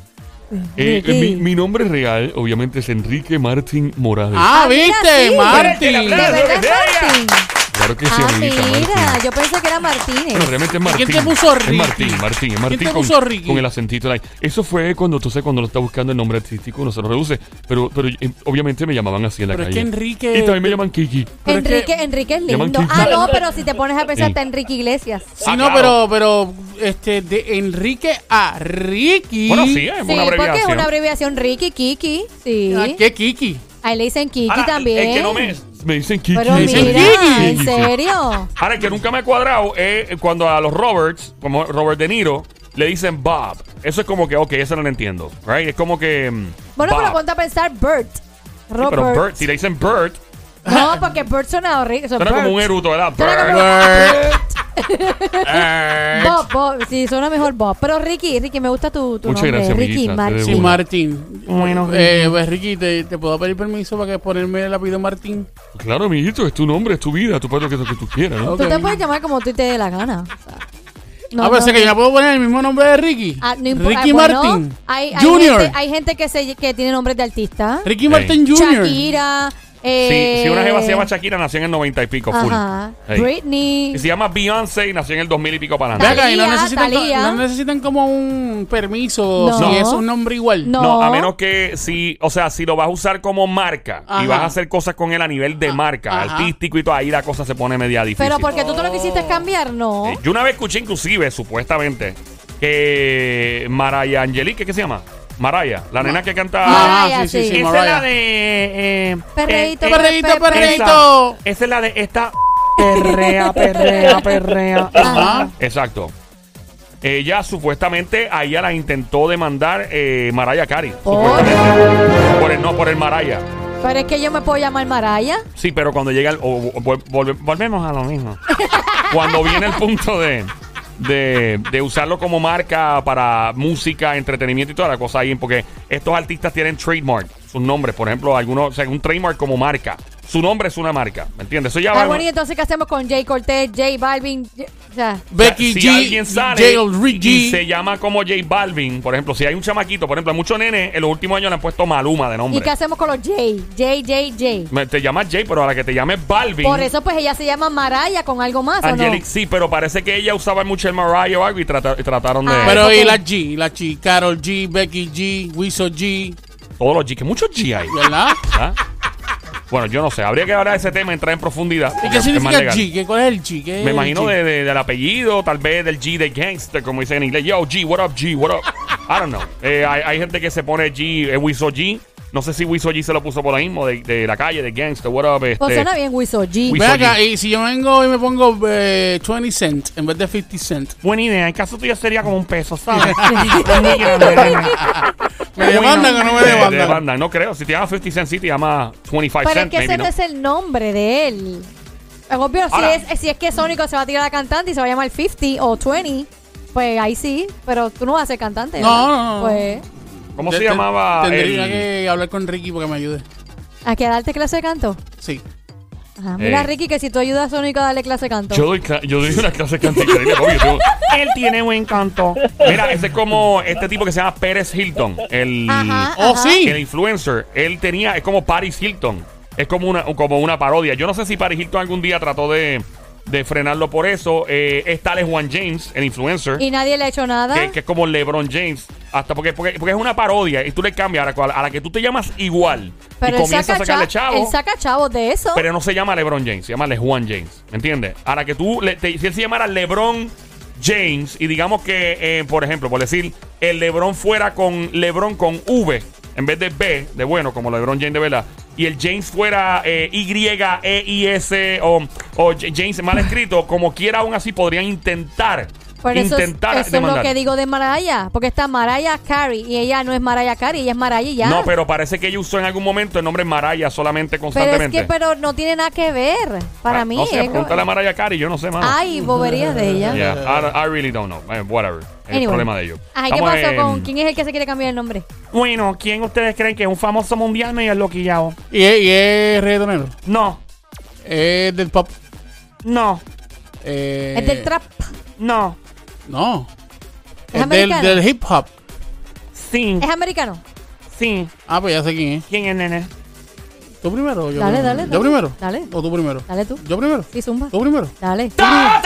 Speaker 6: Eh,
Speaker 2: Ricky.
Speaker 6: mi, mi nombre real, obviamente, es Enrique Martín Morales.
Speaker 3: Ah,
Speaker 2: Ah, mira,
Speaker 3: viste,
Speaker 2: sí.
Speaker 6: Mira, que
Speaker 3: Martin.
Speaker 6: la
Speaker 2: ¿De
Speaker 6: plata-
Speaker 3: ¿Y
Speaker 2: verdad es
Speaker 6: Mira,
Speaker 2: Martin?
Speaker 6: Claro que sí,
Speaker 2: Ah,
Speaker 6: amiguita,
Speaker 2: mira,
Speaker 6: Martín.
Speaker 2: yo pensé que era Martínez.
Speaker 6: Bueno, realmente es Martín.
Speaker 3: quién te puso
Speaker 6: Es
Speaker 3: Ricky?
Speaker 6: Martín, Martín, es Martín.
Speaker 3: te
Speaker 6: con,
Speaker 3: puso Ricky?
Speaker 6: con el acentito. like. Eso fue cuando, entonces, cuando lo está buscando el nombre artístico, no se lo reduce. Pero, pero eh, obviamente me llamaban así en la
Speaker 3: Pero es que
Speaker 6: calle.
Speaker 3: Enrique-
Speaker 6: Y también me llaman Kiki.
Speaker 3: Pero es que-
Speaker 2: Enrique, Enrique es
Speaker 6: Llaman
Speaker 2: lindo.
Speaker 6: Kiki.
Speaker 2: Ah, no, pero si te pones a pensar,
Speaker 6: Sí.
Speaker 2: está Enrique Iglesias.
Speaker 6: Ah,
Speaker 3: no,
Speaker 6: claro.
Speaker 3: pero, pero, este, de Enrique a Ricky.
Speaker 6: Bueno, sí, es
Speaker 2: Sí,
Speaker 6: una
Speaker 2: porque es
Speaker 6: abreviación.
Speaker 2: una abreviación Ricky, Kiki. Sí.
Speaker 3: ¿A Ah, ¿Qué Kiki?
Speaker 2: Ahí le dicen Kiki
Speaker 6: Ah, Ahora,
Speaker 2: también.
Speaker 6: El que no me, me dicen Kiki.
Speaker 2: Pero
Speaker 6: Me
Speaker 2: mira,
Speaker 6: dicen Kiki.
Speaker 2: ¿en
Speaker 6: Sí, sí.
Speaker 2: serio?
Speaker 6: Ahora, el que nunca me ha cuadrado es cuando a los Roberts, como Robert De Niro, le dicen Bob. Eso es como que, ok, eso no lo entiendo. Right? Es como que. mm,
Speaker 2: Bueno,
Speaker 6: Bob.
Speaker 2: pero ponte a pensar Bert.
Speaker 6: Sí,
Speaker 2: Robert.
Speaker 6: Pero Bert, si le dicen Bert,
Speaker 2: No, porque Bert suena horrible.
Speaker 6: suena como un eruto, ¿verdad?
Speaker 2: Suena como-
Speaker 6: Bert. Eh.
Speaker 2: Bob, Bob. Sí, suena mejor Bob. Pero Ricky, Ricky, me gusta tu, tu
Speaker 6: Muchas
Speaker 2: nombre.
Speaker 6: gracias,
Speaker 2: Ricky
Speaker 6: amiguita.
Speaker 2: Martin.
Speaker 6: Te
Speaker 3: Sí,
Speaker 6: Una.
Speaker 3: Martin.
Speaker 4: Bueno,
Speaker 3: eh, pues, Ricky, ¿te, te puedo pedir permiso para que ponerme el apellido Martín?
Speaker 6: Claro, amiguito, es tu nombre, es tu vida, tú puedes lo que, lo que tú quieras, ¿no?
Speaker 3: Ok.
Speaker 2: Tú te puedes llamar como tú te dé la gana. o sea, no,
Speaker 3: ah, pero
Speaker 2: no,
Speaker 3: sé que yo la puedo poner el mismo nombre de Ricky.
Speaker 2: Ah, no impo-
Speaker 3: Ricky
Speaker 2: ah, bueno,
Speaker 3: Martin.
Speaker 2: Hay, hay
Speaker 3: Junior.
Speaker 2: Gente, hay gente que, se, que tiene nombres de artista.
Speaker 3: Ricky Martin Jr.
Speaker 2: Shakira. Eh,
Speaker 6: Si, si una jeva se llama Shakira, nació en el 90 y pico, full.
Speaker 2: Ajá.
Speaker 6: Ey.
Speaker 2: Britney.
Speaker 6: Y se llama Beyoncé, nació en el 2000 y pico para
Speaker 3: Ve
Speaker 6: adelante.
Speaker 3: acá, y no,
Speaker 2: Thalía,
Speaker 3: necesitan co-
Speaker 2: Thalía.
Speaker 3: no necesitan como un permiso
Speaker 2: No.
Speaker 3: si es un nombre igual.
Speaker 2: No.
Speaker 6: No, a menos que si, o sea, si lo vas a usar como marca y
Speaker 3: Ajá.
Speaker 6: vas a hacer cosas con él a nivel de marca,
Speaker 3: ajá.
Speaker 6: artístico y todo, ahí la cosa se pone media difícil.
Speaker 2: Ah, Pero porque tú todo lo quisiste es cambiar, no.
Speaker 6: Eh, Yo una vez escuché inclusive, supuestamente, que Maraya Angelique, ¿qué se llama? Maraya, la nena que canta...
Speaker 2: Mariah,
Speaker 3: Ah, sí, sí,
Speaker 2: sí.
Speaker 4: Esa
Speaker 3: sí,
Speaker 4: es la
Speaker 3: Mariah.
Speaker 4: de. eh,
Speaker 2: Perreíto,
Speaker 4: eh,
Speaker 3: perreíto,
Speaker 2: pe- pe-
Speaker 3: perreíto.
Speaker 4: Esa, esa es la de esta. Perrea, perrea, perrea.
Speaker 3: Ajá.
Speaker 6: Ah. Exacto. Ella supuestamente a ella la intentó demandar eh, Maraya Cari.
Speaker 2: Oh.
Speaker 6: Por el, no, por el Maraya.
Speaker 2: Pero es que yo me puedo llamar Maraya.
Speaker 6: Sí, pero cuando llega el. o- o- vol- volve- volvemos a lo mismo. cuando viene el punto de, de, de usarlo como marca para música, entretenimiento y toda la cosa ahí, porque estos artistas tienen trademark, sus nombres, por ejemplo, algunos, o sea, un trademark como marca. Su nombre es una marca, ¿me entiendes? Eso ya
Speaker 2: Ah,
Speaker 6: va.
Speaker 2: bueno, y entonces, ¿qué hacemos con Jay Cortez, J Balvin? J- o sea,
Speaker 6: O sea,
Speaker 3: Becky
Speaker 6: si
Speaker 3: G,
Speaker 6: alguien sale
Speaker 3: J.L. Ricky.
Speaker 6: y se llama como J Balvin, por ejemplo, si hay un chamaquito, por ejemplo, a muchos nenes en los últimos años le han puesto Maluma de
Speaker 2: ¿y
Speaker 6: nombre.
Speaker 2: qué hacemos con los Jay? Jay, Jay, Jay.
Speaker 6: Me- Te llamas J, pero a la que te llames Balvin.
Speaker 2: Por eso, pues ella se llama Maraya con algo más, ¿o no?
Speaker 6: Angelique sí, pero parece que ella usaba mucho el Mariah o algo y, trata- y trataron de...
Speaker 2: Ah,
Speaker 3: Pero
Speaker 2: ok.
Speaker 3: y la G, la G, Carol G, Becky G, Wiso G,
Speaker 6: todos los G, que muchos G hay.
Speaker 3: ¿verdad?
Speaker 6: ¿ah? Bueno, yo no sé. Habría que hablar de ese tema, entrar en profundidad.
Speaker 3: ¿Y
Speaker 6: porque
Speaker 3: qué
Speaker 6: es más
Speaker 3: significa el
Speaker 6: legal.
Speaker 3: G? ¿Qué- ¿Cuál es el G? ¿Qué es
Speaker 6: Me
Speaker 3: el
Speaker 6: imagino
Speaker 3: G?
Speaker 6: de- de- del apellido, tal vez del G de gangster, como dicen en inglés. Yo, G, what up, G, what up. I don't know. Eh, hay, hay gente que se pone G, eh, Wiso G. No sé si Wiso G se lo puso por ahí mismo, de, de la calle, de gangster, what up.
Speaker 2: Pues
Speaker 6: Este,
Speaker 2: suena bien, Wiso G.
Speaker 6: Wiso-
Speaker 3: Ve acá,
Speaker 6: G.
Speaker 3: y si yo vengo y me pongo eh, 20 cent en vez de 50 cent.
Speaker 4: Buena idea. En caso tuyo sería como un peso, ¿sabes? Muy grande, nene.
Speaker 3: Me
Speaker 4: Uy,
Speaker 3: demandan
Speaker 4: no.
Speaker 3: o no me
Speaker 6: de- de
Speaker 3: demandan.
Speaker 6: banda. No creo. Si te llama 50 Cent, sí, te llama 25
Speaker 2: Pero es
Speaker 6: Cent,
Speaker 2: que ese
Speaker 6: maybe, ¿no?
Speaker 2: no es el nombre de él. Es obvio, si
Speaker 6: Ahora-
Speaker 2: es, si es que Sónico se va a tirar a cantante y se va a llamar 50 o 20, pues ahí sí, pero tú no vas a ser cantante.
Speaker 3: No,
Speaker 2: ¿verdad?
Speaker 3: no, no.
Speaker 2: Pues,
Speaker 6: ¿Cómo se
Speaker 3: Te- te-
Speaker 6: llamaba?
Speaker 3: Tendría
Speaker 6: el-
Speaker 3: que hablar con Ricky porque me ayude.
Speaker 2: ¿a qué darte clase de canto?
Speaker 3: Sí.
Speaker 2: Ajá, Mira,
Speaker 6: Eh.
Speaker 2: Ricky, que si tú ayudas a Sónico a darle clase de canto.
Speaker 6: Yo doy, cla- yo doy una clase de canto increíble, obvio, yo-
Speaker 4: Él tiene buen canto.
Speaker 6: Mira, ese es como este tipo que se llama Pérez Hilton, el,
Speaker 2: Ah, Ajá.
Speaker 3: Oh, sí.
Speaker 6: el influencer. Él tenía, es como Paris Hilton. Es como una, como una parodia. Yo no sé si Paris Hilton algún día trató de, de frenarlo por eso. Eh, es tal es Juan James, el influencer.
Speaker 2: Y nadie le ha hecho nada.
Speaker 6: que, que es como LeBron James. Hasta porque, porque, porque es una parodia y tú le cambias a la, a la que tú te llamas igual
Speaker 2: pero
Speaker 6: y
Speaker 2: él
Speaker 6: comienzas a
Speaker 2: saca,
Speaker 6: sacarle
Speaker 2: chavos él
Speaker 6: chavo.
Speaker 2: saca chavos de eso.
Speaker 6: Pero no se llama LeBron James, se llama Le Juan James. ¿Me entiendes? A la que tú, le- te- si él se llamara LeBron James y digamos que, eh, por ejemplo, por decir, el LeBron fuera con LeBron con V en vez de B, de bueno, como LeBron James de verdad, y el James fuera eh, Y-E-I-S o, o J- James mal escrito, como quiera, aún así podrían intentar.
Speaker 2: Por eso, es-
Speaker 6: intentar
Speaker 2: eso es lo
Speaker 6: demandar.
Speaker 2: que digo de Maraya, porque está Maraya Carey y ella no es Maraya Carey, ella es Maraya y ya.
Speaker 6: No, pero parece que ella usó en algún momento el nombre Maraya solamente
Speaker 2: Pero es
Speaker 6: constantemente.
Speaker 2: que pero no tiene nada que ver para
Speaker 6: Ah,
Speaker 2: mí.
Speaker 6: No sé,
Speaker 2: es- Ah.
Speaker 6: pregúntale a Mariah Carey, yo no sé, mano.
Speaker 3: Ah.
Speaker 2: Ay, boberías de ella.
Speaker 6: Yeah, I, I really don't know. Eh, Whatever. El
Speaker 2: Anyway.
Speaker 6: problema de ellos.
Speaker 2: Ay, ¿qué
Speaker 6: Estamos
Speaker 2: pasó
Speaker 6: en-
Speaker 2: con quién es el que se quiere cambiar el nombre?
Speaker 4: Bueno, ¿quién ustedes creen que es un famoso mundial medio loquillado?
Speaker 3: Y es, y es reggaetonero.
Speaker 4: No,
Speaker 3: Es del pop.
Speaker 4: no,
Speaker 3: Eh,
Speaker 2: es del trap.
Speaker 4: no.
Speaker 3: No. Es, del,
Speaker 2: americano?
Speaker 3: del hip hop.
Speaker 4: Sí,
Speaker 2: Es americano.
Speaker 4: sí.
Speaker 3: Ah, pues ya sé quién
Speaker 4: ¿Quién es, nene?
Speaker 3: es. ¿Tú primero o yo?
Speaker 2: Dale,
Speaker 3: primero?
Speaker 2: dale,
Speaker 3: ¿Yo
Speaker 2: dale.
Speaker 3: primero?
Speaker 2: Dale.
Speaker 3: ¿O tú primero?
Speaker 2: Dale tú.
Speaker 3: ¿Yo primero?
Speaker 2: Sí, zumba.
Speaker 3: ¿Tú primero?
Speaker 2: Dale. Ah,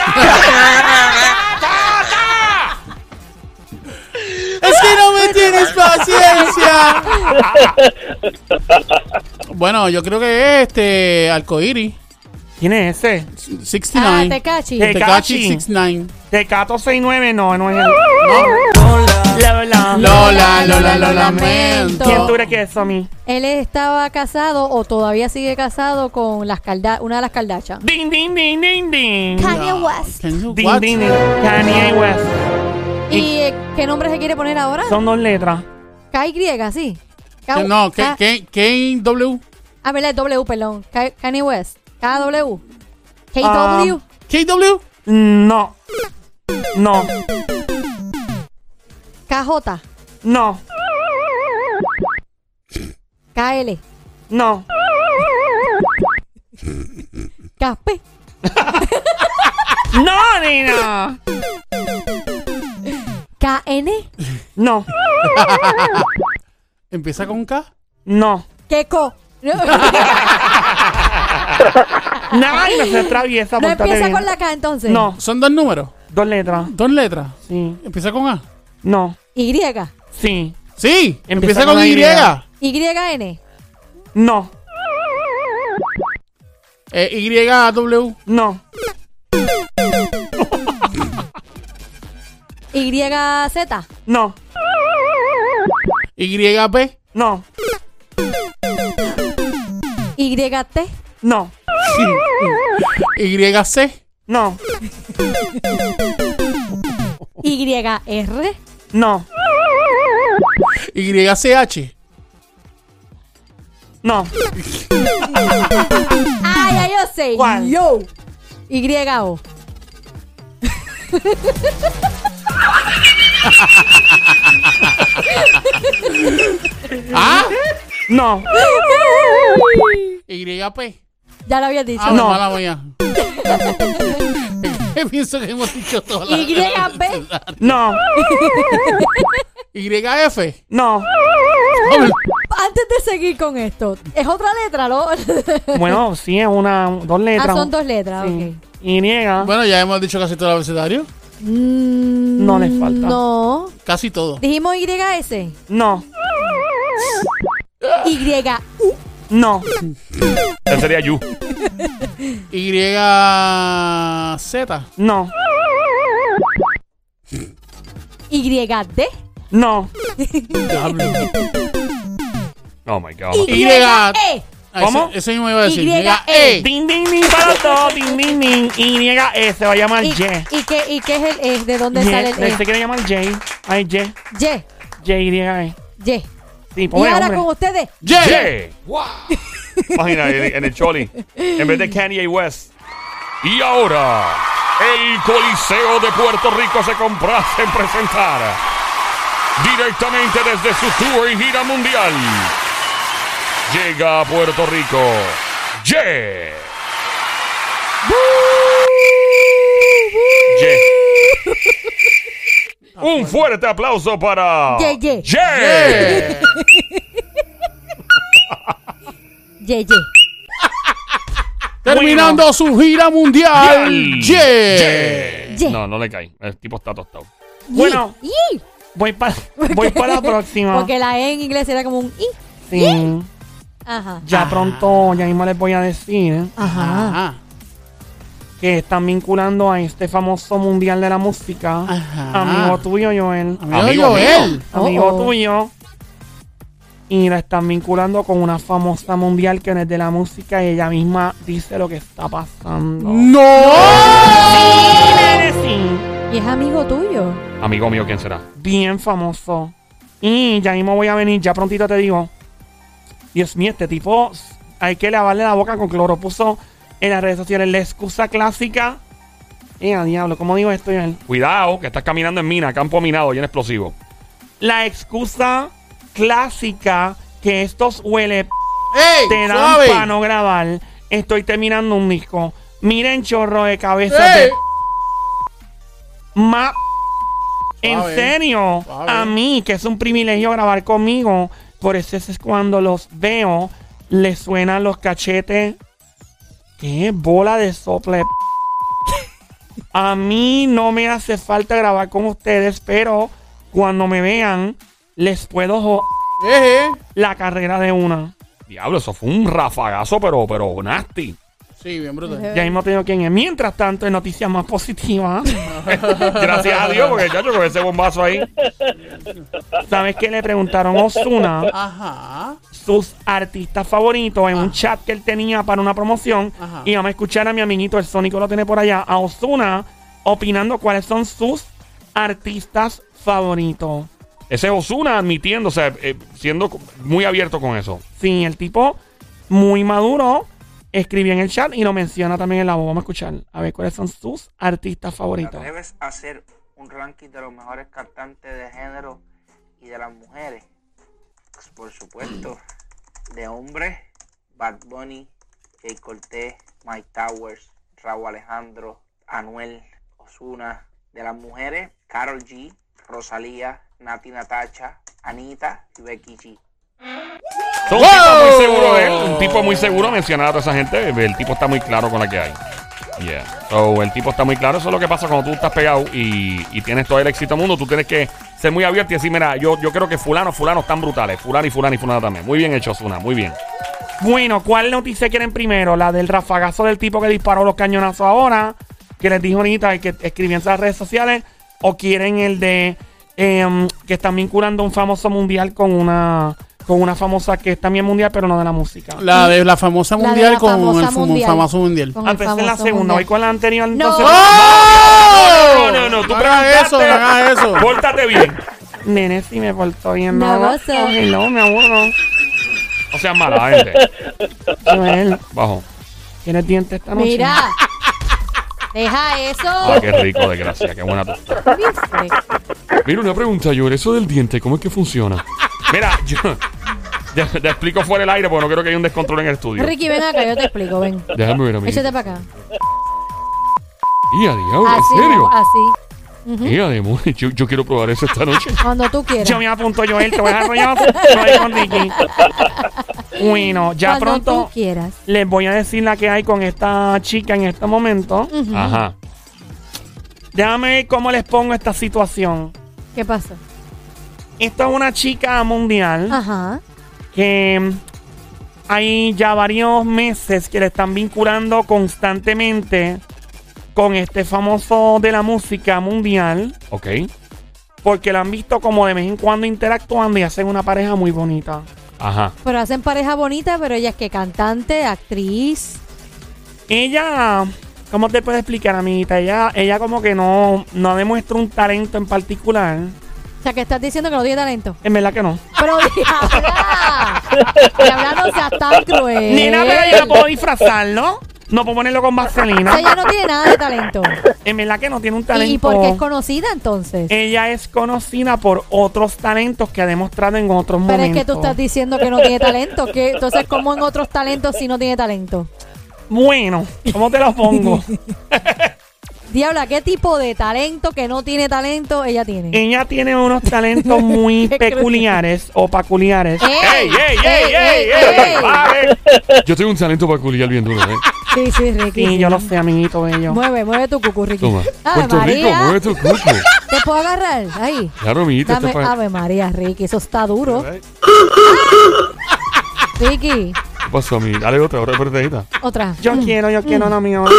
Speaker 3: ¡Es que no me tienes paciencia! bueno, yo creo que es este Alcoiri
Speaker 4: ¿Quién es ese?
Speaker 2: Ah,
Speaker 3: 69.
Speaker 2: te cachi.
Speaker 4: Te-
Speaker 3: Tekashi
Speaker 4: Tekashi.
Speaker 3: 69.
Speaker 4: Tecato 69, no, no es él. Lola.
Speaker 3: Lola, Lola, lo lamento.
Speaker 4: ¿Quién tú crees que es, mí?
Speaker 2: Él estaba casado o todavía sigue casado con las Calda- una de las Kardashian.
Speaker 4: Ding, ding, ding, ding, ding.
Speaker 2: Kanye West.
Speaker 3: Can you
Speaker 4: Ding,
Speaker 3: what?
Speaker 4: ding, ding. Kanye West.
Speaker 2: ¿Y eh, qué nombre se quiere poner ahora?
Speaker 4: Son dos letras.
Speaker 2: KY, sí. K-
Speaker 3: No,
Speaker 2: K-
Speaker 3: K- K- KW.
Speaker 2: Ah, verdad, es W, perdón. Ka- Kanye West. KW. KW.
Speaker 3: Ah. KW.
Speaker 4: No. No.
Speaker 2: KJ.
Speaker 4: No.
Speaker 2: KL.
Speaker 4: No.
Speaker 2: KP.
Speaker 4: No, nena.
Speaker 2: KN.
Speaker 4: No.
Speaker 3: Empieza con K.
Speaker 4: No.
Speaker 2: Keko. No,
Speaker 4: Nada, no se atraviesa.
Speaker 2: no
Speaker 4: pórtate
Speaker 2: empieza
Speaker 4: bien.
Speaker 2: con la K entonces.
Speaker 4: No.
Speaker 3: Son dos números.
Speaker 4: Dos letras.
Speaker 3: Dos letras.
Speaker 4: Sí.
Speaker 3: Empieza con A.
Speaker 4: No.
Speaker 2: Y.
Speaker 4: Sí.
Speaker 3: Sí.
Speaker 4: Empieza
Speaker 3: Empieza,
Speaker 4: con
Speaker 3: con,
Speaker 4: la
Speaker 3: Y.
Speaker 4: Y.
Speaker 2: YN.
Speaker 4: No.
Speaker 3: Eh, YW.
Speaker 4: No.
Speaker 2: YZ.
Speaker 4: No.
Speaker 3: YP.
Speaker 2: YT.
Speaker 4: No. No.
Speaker 3: YC.
Speaker 4: No.
Speaker 2: YR.
Speaker 4: No.
Speaker 3: YCH.
Speaker 4: No.
Speaker 2: Ah, ya yo sé.
Speaker 4: ¿Cuál?
Speaker 2: Yo. YO.
Speaker 3: Ah.
Speaker 4: No.
Speaker 3: YP.
Speaker 2: Ya lo había dicho.
Speaker 3: Ah,
Speaker 4: No.
Speaker 3: no. mala mía. Pienso que hemos dicho todas las
Speaker 2: YB.
Speaker 4: No.
Speaker 3: YF.
Speaker 4: No.
Speaker 2: Antes de seguir con esto, es otra letra, ¿no?
Speaker 4: Bueno, sí, es una. Dos letras.
Speaker 2: ah, son dos letras, ok.
Speaker 4: Sí. Y niega.
Speaker 3: Bueno, ya hemos dicho casi todo el abecedario.
Speaker 2: Mm,
Speaker 4: No les falta.
Speaker 2: No.
Speaker 3: Casi todo.
Speaker 2: Dijimos YS.
Speaker 4: No.
Speaker 2: Y.
Speaker 4: No.
Speaker 6: Esa sería Yu.
Speaker 3: YZ.
Speaker 4: No,
Speaker 2: YD.
Speaker 4: no.
Speaker 6: Oh my God.
Speaker 2: YE.
Speaker 3: Ay,
Speaker 4: ¿Cómo?
Speaker 3: Eso, eso Ah, mismo iba a decir. E,
Speaker 2: Y-E.
Speaker 3: Y-E.
Speaker 4: Ding, ding, ding para los dos. Ding, ding, ding. Y eh, se va a llamar
Speaker 2: ¿Y,
Speaker 4: Ye.
Speaker 2: y qué, ¿Y qué es el E? ¿De dónde sale el
Speaker 4: Ye. Se
Speaker 2: E?
Speaker 4: quiere llamar Jay. Ay, Ye.
Speaker 2: Ye.
Speaker 4: Ye, Y. eh,
Speaker 2: Ye.
Speaker 4: Sí,
Speaker 2: Y
Speaker 4: pobre
Speaker 2: ahora
Speaker 4: hombre.
Speaker 2: con ustedes.
Speaker 3: Yeah.
Speaker 6: Yeah. Imagina, en, en el Choli. En vez de Kanye West. Y ahora, el Coliseo de Puerto Rico se complace en presentar directamente desde su tour y gira mundial. Llega a Puerto Rico. Yeah. Yeah. Un fuerte aplauso para
Speaker 2: Yeah, yeah.
Speaker 6: Yeah.
Speaker 2: Ye, ye.
Speaker 3: Terminando su gira mundial.
Speaker 6: Mundial.
Speaker 3: Yeah.
Speaker 2: Ye.
Speaker 6: No, no le cae. El tipo está tostado.
Speaker 4: Bueno.
Speaker 2: Ye, ye.
Speaker 4: Voy para voy para la próxima.
Speaker 2: Porque la E en inglés era como un I.
Speaker 4: Sí.
Speaker 2: Ajá.
Speaker 4: Ya pronto, ya mismo les voy a decir ¿eh?
Speaker 2: Ajá.
Speaker 3: Ajá.
Speaker 4: que están vinculando a este famoso mundial de la música.
Speaker 3: Ajá.
Speaker 4: Amigo tuyo, Joel.
Speaker 3: Amigo
Speaker 6: Amigo
Speaker 3: Joel.
Speaker 6: mío.
Speaker 4: Amigo
Speaker 2: Oh, oh.
Speaker 4: tuyo. Y la están vinculando con una famosa mundial que no es de la música y ella misma dice lo que está pasando.
Speaker 3: ¡No!
Speaker 4: Nene, sí.
Speaker 2: Y es amigo tuyo.
Speaker 6: Amigo mío, ¿quién será?
Speaker 4: bien famoso. Y ya mismo voy a venir, ya prontito te digo. Dios mío, este tipo s- hay que lavarle la boca con cloro. Puso en las redes sociales la excusa clásica. Eh, a diablo, ¿cómo digo esto? Joel?
Speaker 6: Cuidado, que estás caminando en mina, campo minado, lleno de explosivo.
Speaker 4: La excusa clásica que estos huele p-
Speaker 3: ¡Ey!
Speaker 4: te dan
Speaker 3: suave.
Speaker 4: para no grabar. Estoy terminando un disco. Miren chorro de cabeza
Speaker 3: ¡Ey!
Speaker 4: de Ma. En
Speaker 3: Suave.
Speaker 4: serio,
Speaker 3: Suave.
Speaker 4: a mí, que es un privilegio grabar conmigo, por eso es cuando los veo, les suenan los cachetes. ¡Qué bola de sople! p-! a mí no me hace falta grabar con ustedes, pero cuando me vean, les puedo jo-
Speaker 3: Eje.
Speaker 4: la carrera de una.
Speaker 6: Diablo, eso fue un rafagazo, pero, pero nasty.
Speaker 3: Sí, bien brutal.
Speaker 4: Ya mismo te digo quién es. Mientras tanto, en noticias más positivas,
Speaker 6: Gracias a Dios, porque chacho, con ese bombazo ahí.
Speaker 4: ¿sabes qué? Le preguntaron a Osuna.
Speaker 3: Ajá.
Speaker 4: sus artistas favoritos en un chat que él tenía para una promoción.
Speaker 3: Ajá.
Speaker 4: Y vamos a escuchar a mi amiguito, el Sónico lo tiene por allá, a Osuna, opinando cuáles son sus artistas favoritos.
Speaker 6: Ese es Osuna admitiendo, o sea, eh, siendo co- muy abierto con eso.
Speaker 4: Sí, el tipo muy maduro escribió en el chat y lo menciona también en la voz. Vamos a escuchar a ver cuáles son sus artistas favoritos.
Speaker 7: Debes hacer un ranking de los mejores cantantes de género y de las mujeres. Pues, por supuesto, de hombres, Bad Bunny, Jay Cortez, Mike Towers, Raúl Alejandro, Anuel, Osuna. De las mujeres, Carol G, Rosalía, Nati Natacha, Anita y Becky G.
Speaker 6: So, un tipo muy seguro de él, un tipo muy seguro mencionar a toda esa gente. El tipo está muy claro con la que hay. Yeah. So, el tipo está muy claro. Eso es lo que pasa cuando tú estás pegado y, y tienes todo el éxito del mundo. Tú tienes que ser muy abierto y decir, mira, yo, yo creo que fulano, fulano están brutales. Fulano y fulano y fulano también. Muy bien hecho, Osuna. Muy bien.
Speaker 4: Bueno, ¿cuál noticia quieren primero? ¿La del rafagazo del tipo que disparó los cañonazos ahora? Que les dijo ahorita y que escribían en las redes sociales. ¿O quieren el de em, que están vinculando un famoso mundial con una con una famosa que es también mundial, pero no de la música?
Speaker 3: La de la famosa
Speaker 2: La de
Speaker 3: mundial
Speaker 2: la
Speaker 3: con
Speaker 2: famosa
Speaker 3: el famo-
Speaker 2: mundial.
Speaker 3: famoso mundial.
Speaker 2: Con
Speaker 4: Ah,
Speaker 2: el
Speaker 4: pues esa es la
Speaker 2: famoso
Speaker 4: segunda.
Speaker 2: mundial.
Speaker 4: Voy con la anterior.
Speaker 2: No. ¡Oh!
Speaker 4: Entonces,
Speaker 6: No, no, no, tú
Speaker 3: No hagas eso, no hagas eso.
Speaker 6: Pórtate bien.
Speaker 4: Nene, si me portó bien.
Speaker 2: No,
Speaker 4: nada.
Speaker 2: vos sos.
Speaker 4: Ay, no, me aburro.
Speaker 6: No seas mala, gente.
Speaker 4: Joel,
Speaker 6: Bajo.
Speaker 4: ¿tienes dientes esta noche?
Speaker 2: Mira. Deja
Speaker 6: Ah,
Speaker 2: eso.
Speaker 6: qué rico, de gracia. Qué buena tostada.
Speaker 2: ¿Viste?
Speaker 6: Mira, una pregunta, yo Eso del diente, ¿cómo es que funciona? Mira, yo... Ya, te explico fuera del aire porque no quiero que haya un descontrol en el estudio.
Speaker 2: Ricky, ven acá, yo te explico, ven.
Speaker 6: Déjame ver, amigo.
Speaker 2: Échate para acá.
Speaker 6: Y a diablo,
Speaker 2: Así,
Speaker 6: ¿en serio?
Speaker 2: así.
Speaker 6: Y a demonio, yo, yo quiero probar eso esta noche.
Speaker 2: Cuando tú quieras.
Speaker 4: Yo me apunto, Joel, te voy a arrollar. Te voy a ir con Ricky. Bueno, ya
Speaker 2: Cuando
Speaker 4: pronto
Speaker 2: tú quieras.
Speaker 4: les voy a decir la que hay con esta chica en este momento.
Speaker 2: Mm.
Speaker 6: Ajá.
Speaker 4: Déjame ver cómo les pongo esta situación.
Speaker 2: ¿Qué pasó? Ah.
Speaker 4: Esta es una chica mundial
Speaker 2: Ajá.
Speaker 4: que hay ya varios meses que le están vinculando constantemente con este famoso de la música mundial,
Speaker 6: Ok.
Speaker 4: porque la han visto como de vez en cuando interactuando y hacen una pareja muy bonita.
Speaker 6: Ajá.
Speaker 2: Pero hacen pareja bonita, pero ella es que cantante, actriz.
Speaker 4: Ella, ¿cómo te puedo explicar, amiguita? Ella, ella como que no, no demuestra un talento en particular.
Speaker 2: O sea, que estás diciendo que no tiene talento.
Speaker 4: En verdad que no.
Speaker 2: Pero diabla, diabla no seas tan cruel.
Speaker 4: Nena, pero yo no puedo disfrazarlo. No puedo ponerlo con
Speaker 2: O sea, ella
Speaker 4: vaselina.
Speaker 2: no tiene nada de talento.
Speaker 4: En verdad que no tiene un
Speaker 2: ¿Y,
Speaker 4: talento.
Speaker 2: y por qué es conocida entonces?
Speaker 4: Ella es conocida por otros talentos que ha demostrado en otros
Speaker 2: pero
Speaker 4: momentos.
Speaker 2: es que tú estás diciendo que no tiene talento. Que, entonces, ¿cómo en otros talentos si no tiene talento?
Speaker 4: Bueno, ¿cómo te lo pongo?
Speaker 2: Diabla, ¿qué tipo de talento que no tiene talento ella tiene? ¿Eh?
Speaker 4: Ella tiene unos talentos muy
Speaker 2: Qué cruel.
Speaker 4: peculiares o peculiares.
Speaker 6: ¡Ey, ey, ey, ey,
Speaker 2: ¿Eh? ey,
Speaker 6: ey!
Speaker 2: ey.
Speaker 6: Pare. Yo tengo un talento peculiar bien duro, ¿eh?
Speaker 2: Sí, sí, Ricky.
Speaker 4: Sí, yo lo sé, amiguito bello.
Speaker 2: Mueve, mueve tu cucú, Ricky.
Speaker 6: Toma.
Speaker 2: Ave
Speaker 6: Puerto Rico,
Speaker 2: María.
Speaker 6: mueve tu cuco.
Speaker 2: ¿Te puedo agarrar? Ahí.
Speaker 6: Claro, amiguita, esto
Speaker 2: Dame,
Speaker 6: es para...
Speaker 2: Ave María, Ricky. Eso está duro.
Speaker 6: ¿Qué
Speaker 2: Ricky,
Speaker 6: pasó, amiguita? Dale otra, otra apretadita.
Speaker 2: otra.
Speaker 4: Yo quiero, yo quiero, no mío.
Speaker 6: No,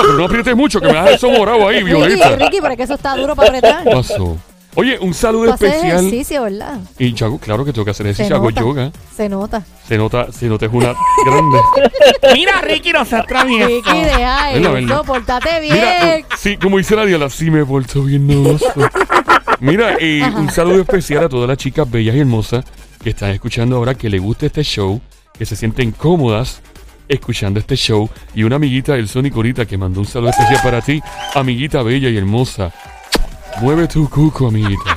Speaker 6: pero no aprietes mucho, que me das eso morado ahí,
Speaker 2: Ricky,
Speaker 6: Violeta.
Speaker 2: Ricky, pero es que eso está duro para apretar.
Speaker 6: ¿Qué pasó? Oye, un saludo
Speaker 2: Para hacer
Speaker 6: especial.
Speaker 2: ejercicio, ¿verdad?
Speaker 6: Y yo hago- claro que tengo que hacer ejercicio, hago yoga.
Speaker 2: Se nota.
Speaker 6: Se nota, se nota, es una grande.
Speaker 4: Mira, Ricky, no seas
Speaker 2: Ricky,
Speaker 4: travieso.
Speaker 2: deja
Speaker 6: Es la
Speaker 2: eso.
Speaker 6: verdad.
Speaker 2: Portate bien.
Speaker 6: Mira, eh, sí, como dice la Diana, sí me porto bien nervioso. Mira, eh, un saludo especial a todas las chicas bellas y hermosas que están escuchando ahora, que les gusta este show, que se sienten cómodas escuchando este show. Y una amiguita del Sonic ahorita que mandó un saludo especial para ti, amiguita bella y hermosa. Mueve tu cuco, amiguita.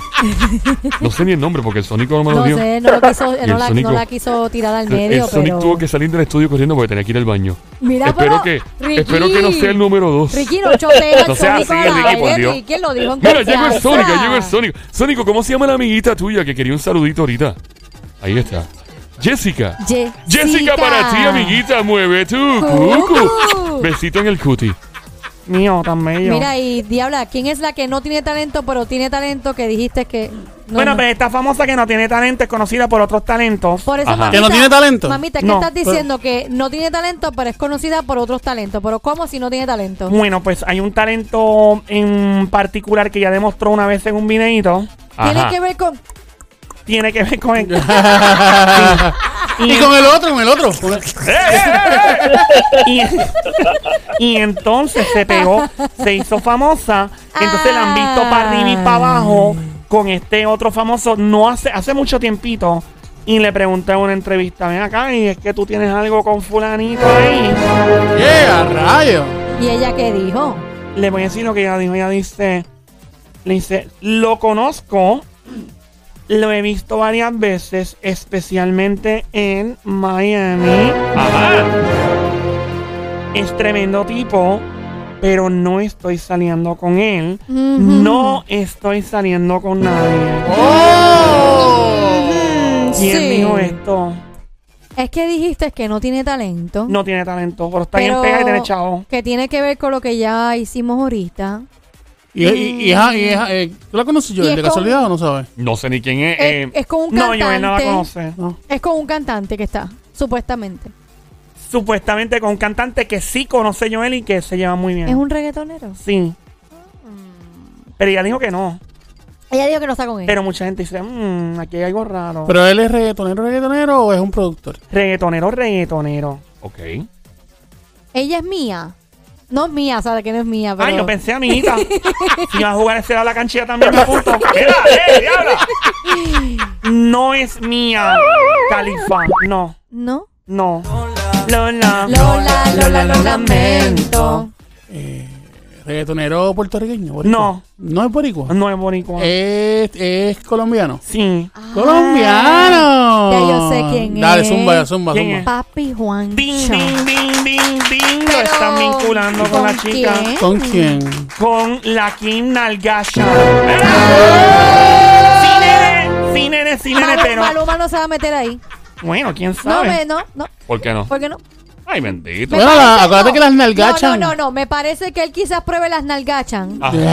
Speaker 6: No sé ni el nombre porque el Sónico no me lo
Speaker 2: no
Speaker 6: dio.
Speaker 2: sé, no, lo quiso, eh,
Speaker 6: Y
Speaker 2: no
Speaker 6: el
Speaker 2: la,
Speaker 6: Sónico-
Speaker 2: no la quiso tirar al
Speaker 6: El
Speaker 2: medio,
Speaker 6: Sonic
Speaker 2: pero...
Speaker 6: tuvo que salir del estudio corriendo porque tenía que ir al baño.
Speaker 2: Mira,
Speaker 6: espero,
Speaker 2: pero,
Speaker 6: que,
Speaker 2: Ricky.
Speaker 6: espero que no sea el número dos.
Speaker 2: Ricky, no chotea el
Speaker 6: No sea
Speaker 2: Sónico
Speaker 6: así,
Speaker 2: al
Speaker 6: Ricky, por
Speaker 2: aire,
Speaker 6: Dios.
Speaker 2: Ricky, él lo dijo en
Speaker 6: Mira, llegó el
Speaker 2: confianza.
Speaker 6: Sónico, llegó el Sónico. Sónico, ¿cómo se llama la amiguita tuya que quería un saludito ahorita? Ahí está. Jessica.
Speaker 2: Ye-
Speaker 6: Jessica, para ti, amiguita, mueve tu
Speaker 2: Cucu.
Speaker 6: cucu. Besito en el cuti.
Speaker 4: Mío, tan bello.
Speaker 2: Mira, y Diabla, ¿quién es la que no tiene talento, pero tiene talento que dijiste que... no,
Speaker 4: bueno,
Speaker 2: no.
Speaker 4: pero esta famosa que no tiene talento es conocida por otros talentos.
Speaker 2: Por eso,
Speaker 6: Ajá.
Speaker 2: mamita,
Speaker 3: ¿Que no tiene talento?
Speaker 2: Mamita, ¿qué
Speaker 4: No,
Speaker 2: estás
Speaker 4: pero-
Speaker 2: diciendo? Que no tiene talento, pero es conocida por otros talentos. ¿Pero cómo si no tiene talento?
Speaker 4: Bueno, pues hay un talento en particular que ya demostró una vez en un videíto.
Speaker 2: Tiene
Speaker 6: Ajá.
Speaker 2: que ver con...
Speaker 4: Tiene que ver con el...
Speaker 3: y con el otro, con el otro. Con
Speaker 4: Eh,
Speaker 3: el-
Speaker 4: Y, y entonces se pegó, se hizo famosa. Entonces la han visto para arriba y para abajo con este otro famoso. No hace, hace mucho tiempito. Y le pregunté en una entrevista, ven acá, y es que tú tienes algo con fulanito ahí.
Speaker 3: Yeah, rayo.
Speaker 2: ¿Y ella qué dijo?
Speaker 4: Le voy a decir lo que ella dijo. Ella dice, le dice, lo conozco, lo he visto varias veces, especialmente en Miami.
Speaker 6: Ajá.
Speaker 4: es tremendo tipo, pero no estoy saliendo con él.
Speaker 2: Ujú.
Speaker 4: No estoy saliendo con nadie.
Speaker 3: ¡Oh!
Speaker 4: ¿Quién
Speaker 2: Sí.
Speaker 4: dijo esto?
Speaker 2: Es que dijiste que no tiene talento.
Speaker 4: No tiene talento, pero está
Speaker 2: pero
Speaker 4: bien pega y tiene chavo.
Speaker 2: Que tiene que ver con lo que ya hicimos ahorita.
Speaker 3: Y, y, y, ajá, y ajá, eh, ¿Tú la conoces,
Speaker 2: Y
Speaker 3: Joel,
Speaker 2: es
Speaker 3: de
Speaker 2: con-
Speaker 3: casualidad o no sabes?
Speaker 6: No sé ni quién es.
Speaker 2: Es,
Speaker 6: eh,
Speaker 2: es con un
Speaker 4: No,
Speaker 2: cantante.
Speaker 4: yo no la conoce.
Speaker 3: No.
Speaker 2: Es con un cantante que está, supuestamente.
Speaker 4: Supuestamente con un cantante que sí conoce Joel y que se lleva muy bien.
Speaker 2: Es un reggaetonero.
Speaker 4: Sí.
Speaker 2: Mm.
Speaker 4: Pero ella dijo que no.
Speaker 2: Ella dijo que no está con él.
Speaker 4: Pero mucha gente dice, "Mm, aquí hay algo raro.
Speaker 3: ¿Pero él es reggaetonero, reggaetonero o es un productor?
Speaker 4: reggaetonero, reggaetonero.
Speaker 6: ok.
Speaker 2: ella es mía. No es mía, sabe que no es mía, pero...
Speaker 4: Ay, yo pensé, amiguita. si vas a jugar ese lado de la canchilla también, me apunto.
Speaker 6: Mira, eh, diabla.
Speaker 4: No es mía, Califa. No,
Speaker 2: ¿No?
Speaker 4: no. Lola.
Speaker 2: Lola, Lola, lo lamento.
Speaker 3: ¿Reggaetonero puertorriqueño? boricua?
Speaker 4: No.
Speaker 3: ¿No es boricua?
Speaker 4: No es boricua.
Speaker 2: Eh.
Speaker 3: Es, es colombiano.
Speaker 4: Sí.
Speaker 3: ¡Colombiano!
Speaker 2: Ah. ya yo sé quién
Speaker 3: Dale,
Speaker 2: es.
Speaker 3: zumba, ya, zumba,
Speaker 4: ¿Quién
Speaker 3: zumba.
Speaker 4: es?
Speaker 2: Papi Juan.
Speaker 4: Ding, ding, ding, ding, ding. Lo están vinculando con, la chica.
Speaker 2: quién?
Speaker 3: ¿Con quién?
Speaker 4: Con la Kim Nalgasha.
Speaker 2: ¡Eh!
Speaker 4: Sí, nene. Sí, nene, sí, nene,
Speaker 2: Malu-
Speaker 4: pero.
Speaker 2: Maluma no se va a meter ahí.
Speaker 4: Bueno, quién
Speaker 2: No,
Speaker 4: sabe.
Speaker 2: me, no, no.
Speaker 6: ¿Por qué no?
Speaker 2: ¿Por qué no?
Speaker 6: Ay, bendito.
Speaker 2: Me
Speaker 3: Bueno, la-
Speaker 2: parece-
Speaker 3: acuérdate que las nalgachan.
Speaker 2: No, no, no, no, me parece que él quizás pruebe las nalgachan
Speaker 6: Ah,
Speaker 2: y,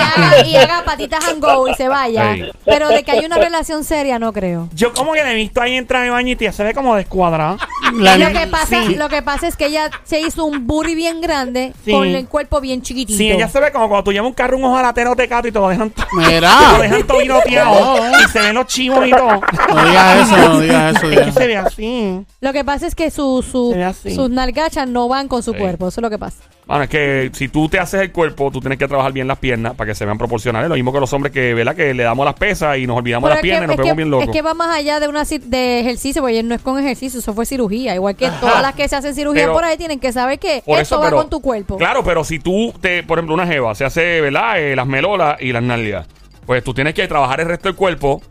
Speaker 2: haga, y haga patitas and go y se vaya.
Speaker 6: Ey.
Speaker 2: Pero de que hay una relación seria, no creo.
Speaker 4: Yo como que la he visto ahí entrar en baño y tía, se ve como descuadrada.
Speaker 3: La-
Speaker 2: lo, que pasa,
Speaker 3: sí.
Speaker 2: lo que pasa es que ella se hizo un booty bien grande
Speaker 4: Sí.
Speaker 2: con el cuerpo bien chiquitito.
Speaker 4: Sí, ella se ve como cuando tú llevas un carro, un ojalatero tecato y te lo dejan, te
Speaker 3: Mira.
Speaker 2: Ah.
Speaker 4: lo dejan todo viroteado y se ven los chivos y todo.
Speaker 3: No digas eso, no digas eso.
Speaker 4: Es que
Speaker 3: Ya.
Speaker 4: se ve así.
Speaker 2: Lo que pasa es que su, su-
Speaker 4: Se ve así.
Speaker 2: sus nalgachas no van con su
Speaker 6: Sí.
Speaker 2: cuerpo. Eso es lo que pasa.
Speaker 6: Bueno, es que si tú te haces el cuerpo, tú tienes que trabajar bien las piernas para que se vean proporcionales. Lo mismo que los hombres que, ¿verdad? Que le damos las pesas y nos olvidamos
Speaker 2: Pero
Speaker 6: las piernas y nos
Speaker 2: es, que,
Speaker 6: vemos bien locos.
Speaker 2: es que va más allá de una cir- de ejercicio, porque no es con ejercicio, eso fue cirugía. Igual que todas las que se hacen cirugía
Speaker 6: Pero-
Speaker 2: por ahí tienen que saber que
Speaker 6: Por
Speaker 2: esto
Speaker 6: eso,
Speaker 2: va
Speaker 6: pero-
Speaker 2: con tu cuerpo.
Speaker 6: Claro, pero si tú, te, por ejemplo, una jeva se hace, ¿verdad? Eh, las melolas y las nalgas. Pues tú tienes que trabajar el resto del cuerpo,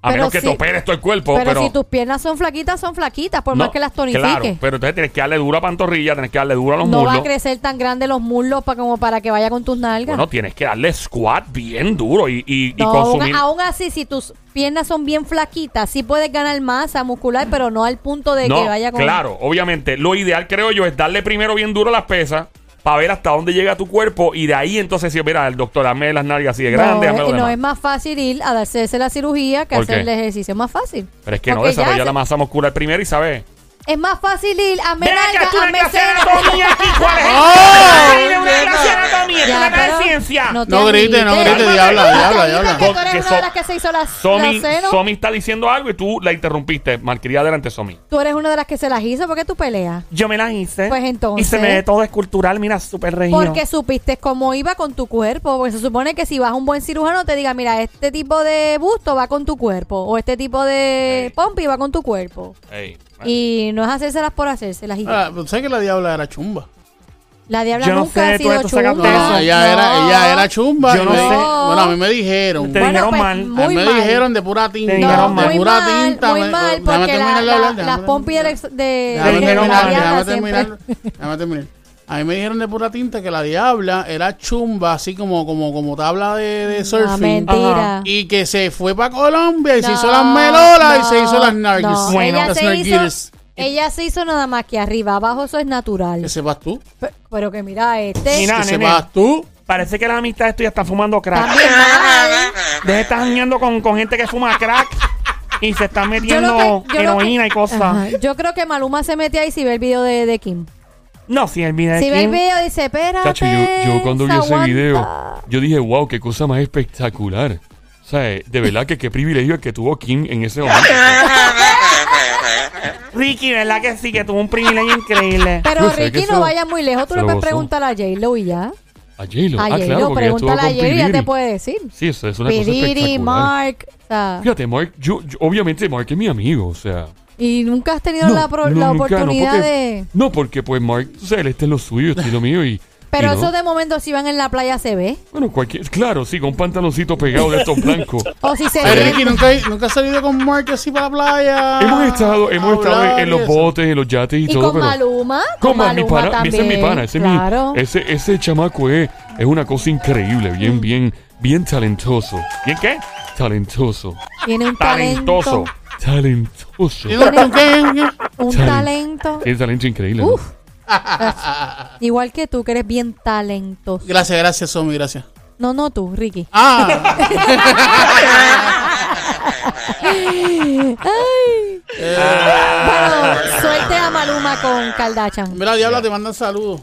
Speaker 6: a
Speaker 2: Pero
Speaker 6: menos que
Speaker 2: si-
Speaker 6: te operes todo el cuerpo.
Speaker 2: pero,
Speaker 6: Pero,
Speaker 2: si tus piernas son flaquitas, son flaquitas, por más
Speaker 6: No,
Speaker 2: que las tonifiques.
Speaker 6: Claro, pero entonces tienes que darle duro a pantorrilla, tienes que darle duro a los
Speaker 2: no va a
Speaker 6: muslos.
Speaker 2: crecer tan grande los muslos pa- como para que vaya con tus nalgas.
Speaker 6: Bueno, tienes que darle squat bien duro y, y, y
Speaker 2: No, aún,
Speaker 6: consumir.
Speaker 2: aún así, si tus piernas son bien flaquitas, sí puedes ganar masa muscular, pero no al punto de
Speaker 6: no,
Speaker 2: que vaya con...
Speaker 6: claro, obviamente. Lo ideal, creo yo, es darle primero bien duro las pesas para ver hasta dónde llega tu cuerpo y de ahí entonces, si mira, el doctor, hazme las nalgas así de grande,
Speaker 2: no,
Speaker 6: hazme lo
Speaker 2: es, no,
Speaker 6: demás.
Speaker 2: es más fácil ir a darse ese la cirugía que
Speaker 6: ¿Por qué?
Speaker 2: hacer el ejercicio. Es más fácil.
Speaker 6: Pero es que no
Speaker 2: Porque ya
Speaker 6: desarrolla
Speaker 2: se-
Speaker 6: la masa muscular primero y sabes.
Speaker 2: Es más fácil ir a
Speaker 4: Ven acá,
Speaker 2: Menalga,
Speaker 4: tú
Speaker 2: a
Speaker 4: eres clase de
Speaker 2: Mesera.
Speaker 4: anatomía aquí, ¿cuál es el
Speaker 3: ¡Oh!
Speaker 4: Ay, de una clase de anatomía, esto es una
Speaker 2: Ya,
Speaker 4: clase de
Speaker 2: pero
Speaker 4: ciencia.
Speaker 2: te
Speaker 3: No grite, no
Speaker 2: agüites.
Speaker 3: grite, diabla, diabla,
Speaker 2: Te agüitas
Speaker 3: diabla.
Speaker 2: que tú eres
Speaker 6: Porque
Speaker 2: una de
Speaker 6: so-
Speaker 2: las que se hizo la,
Speaker 6: Somi,
Speaker 2: la seno.
Speaker 6: Somi está diciendo algo y tú la interrumpiste. Malquería adelante, Somi.
Speaker 2: Tú eres una de las que se las hizo. ¿Por qué tú peleas?
Speaker 4: Yo me las hice.
Speaker 2: Pues entonces.
Speaker 4: Y se me ve todo escultural, mira, súper regido.
Speaker 2: Porque supiste cómo iba con tu cuerpo. Porque se supone que si vas a un buen cirujano te diga, mira, este tipo de busto va con tu cuerpo. O este tipo de
Speaker 6: Sí.
Speaker 2: pompi va con tu cuerpo.
Speaker 6: Ey, bueno.
Speaker 2: Y no es hacérselas por hacérselas. y ya.
Speaker 3: Ah, sé que la diabla era chumba.
Speaker 2: La diabla
Speaker 4: yo no
Speaker 2: nunca
Speaker 4: sé,
Speaker 2: ha
Speaker 4: tú-
Speaker 2: sido
Speaker 4: tú sacaste
Speaker 2: chumba.
Speaker 3: No,
Speaker 4: eso.
Speaker 3: ella era, ella era chumba.
Speaker 4: Yo no
Speaker 3: y me-
Speaker 4: sé.
Speaker 3: Bueno, a mí me dijeron.
Speaker 4: Te dijeron
Speaker 2: pues,
Speaker 4: mal.
Speaker 3: a
Speaker 2: muy
Speaker 3: mí me
Speaker 2: mal.
Speaker 3: dijeron de pura tinta.
Speaker 4: Te dijeron
Speaker 3: de
Speaker 4: mal.
Speaker 2: muy
Speaker 3: pura
Speaker 2: mal,
Speaker 3: tinta.
Speaker 2: muy
Speaker 3: me-
Speaker 2: mal,
Speaker 3: déjame
Speaker 2: porque la,
Speaker 3: terminar de
Speaker 2: la-
Speaker 3: hablar,
Speaker 2: las
Speaker 3: déjame
Speaker 2: pompis de,
Speaker 3: terminar.
Speaker 2: la- de-
Speaker 3: Déjame
Speaker 2: de
Speaker 4: dijeron
Speaker 3: terminar,
Speaker 4: mal,
Speaker 2: Diana
Speaker 3: déjame
Speaker 2: siempre-
Speaker 3: terminar, déjame terminar. A mí me dijeron de pura tinta que la diabla era chumba, así como, como, como tabla de, de
Speaker 2: Ah,
Speaker 3: surfing.
Speaker 2: mentira.
Speaker 3: y que se fue para Colombia y se
Speaker 2: Ah. No,
Speaker 3: hizo las melolas y
Speaker 2: no,
Speaker 3: se hizo las
Speaker 2: no.
Speaker 3: narguis.
Speaker 2: ella,
Speaker 3: las
Speaker 2: se
Speaker 3: narguiles.
Speaker 2: hizo, ella se hizo nada más que arriba, abajo eso es natural.
Speaker 3: Que sepas tú.
Speaker 2: Pe- Pero que mira este.
Speaker 4: Mira,
Speaker 3: que
Speaker 4: nene.
Speaker 3: sepas tú.
Speaker 4: Parece que la amistad de esto ya está fumando crack.
Speaker 2: también mal.
Speaker 4: Deja estar jangueando con, con gente que fuma crack y se están
Speaker 2: Yo lo
Speaker 4: metiendo
Speaker 2: que- yo lo que-
Speaker 4: heroína y
Speaker 2: Ajá,
Speaker 4: cosas.
Speaker 2: Yo creo que Maluma se mete ahí si ve el video de, de Kim.
Speaker 4: No, si el video de
Speaker 2: Si ve el
Speaker 4: Kim-
Speaker 2: video dice, espérate.
Speaker 6: Chacho, yo, yo cuando vi
Speaker 2: se
Speaker 6: ese
Speaker 2: aguanta".
Speaker 6: video, yo dije, wow, qué cosa más espectacular. O sea, eh, de verdad que qué privilegio el que tuvo Kim en ese momento.
Speaker 4: Ricky, ¿verdad que sí? Que tuvo un privilegio increíble.
Speaker 2: Pero
Speaker 6: No sé,
Speaker 2: Ricky
Speaker 6: que
Speaker 2: no
Speaker 6: eso-
Speaker 2: vaya muy lejos, tú
Speaker 6: se
Speaker 2: le
Speaker 6: lo
Speaker 2: puedes
Speaker 6: gozó.
Speaker 2: preguntar a J-Lo y ya.
Speaker 6: A J-Lo.
Speaker 2: A J-Lo,
Speaker 6: Ah, claro, porque ella estuvo
Speaker 2: pregúntale a
Speaker 6: con
Speaker 2: J-Lo y ya te
Speaker 6: Pidiri.
Speaker 2: puede decir.
Speaker 6: Sí, eso es una cosa
Speaker 2: Pidiri,
Speaker 6: espectacular.
Speaker 2: Mark. o sea,
Speaker 6: Fíjate, Mark, yo, yo- obviamente Mark es mi amigo, o sea...
Speaker 2: y nunca has tenido la, pro- la
Speaker 6: nunca,
Speaker 2: oportunidad
Speaker 6: porque,
Speaker 2: de.
Speaker 6: No, porque pues Mark, o sea, él este es lo suyo, este es lo mío y...
Speaker 2: Pero
Speaker 6: y no.
Speaker 2: eso de momento, si van en la playa, se ve.
Speaker 6: Bueno, cualquier... Claro, sí, con un pantaloncito pegado de estos blancos.
Speaker 2: O si se
Speaker 6: Ah,
Speaker 3: Ay,
Speaker 2: ve.
Speaker 3: Ricky, ¿nunca, nunca has salido con Mark así para la playa.
Speaker 6: Hemos estado,
Speaker 3: a
Speaker 6: hemos estado en,
Speaker 3: hablar
Speaker 6: en
Speaker 3: y
Speaker 6: los
Speaker 3: eso?
Speaker 6: botes, en los yates y,
Speaker 2: Y
Speaker 6: todo,
Speaker 2: con
Speaker 6: pero...
Speaker 2: Maluma.
Speaker 6: Con
Speaker 2: Con
Speaker 6: más, mi
Speaker 2: Maluma
Speaker 6: pana, ese es
Speaker 2: también.
Speaker 6: mi pana, ese, es mi-
Speaker 2: claro.
Speaker 6: ese, ese chamaco es, es una cosa increíble,
Speaker 2: Mm.
Speaker 6: bien, bien, bien talentoso.
Speaker 4: ¿Y en qué?
Speaker 6: Talentoso.
Speaker 2: Tiene un
Speaker 6: Talentoso.
Speaker 2: talento.
Speaker 6: Talentoso.
Speaker 3: ¿Y tú qué?
Speaker 2: Un
Speaker 6: Talento.
Speaker 2: talento.
Speaker 6: Tiene talento increíble. ¿no?
Speaker 2: Uf. Igual que tú, que eres bien talentoso.
Speaker 3: Gracias, gracias, Somi, gracias.
Speaker 2: No, no tú, Ricky.
Speaker 3: Ah,
Speaker 2: Ay.
Speaker 3: Eh,
Speaker 2: Bueno, suelte a Maluma con Kardashian.
Speaker 3: mira, Diabla, te mandan saludos.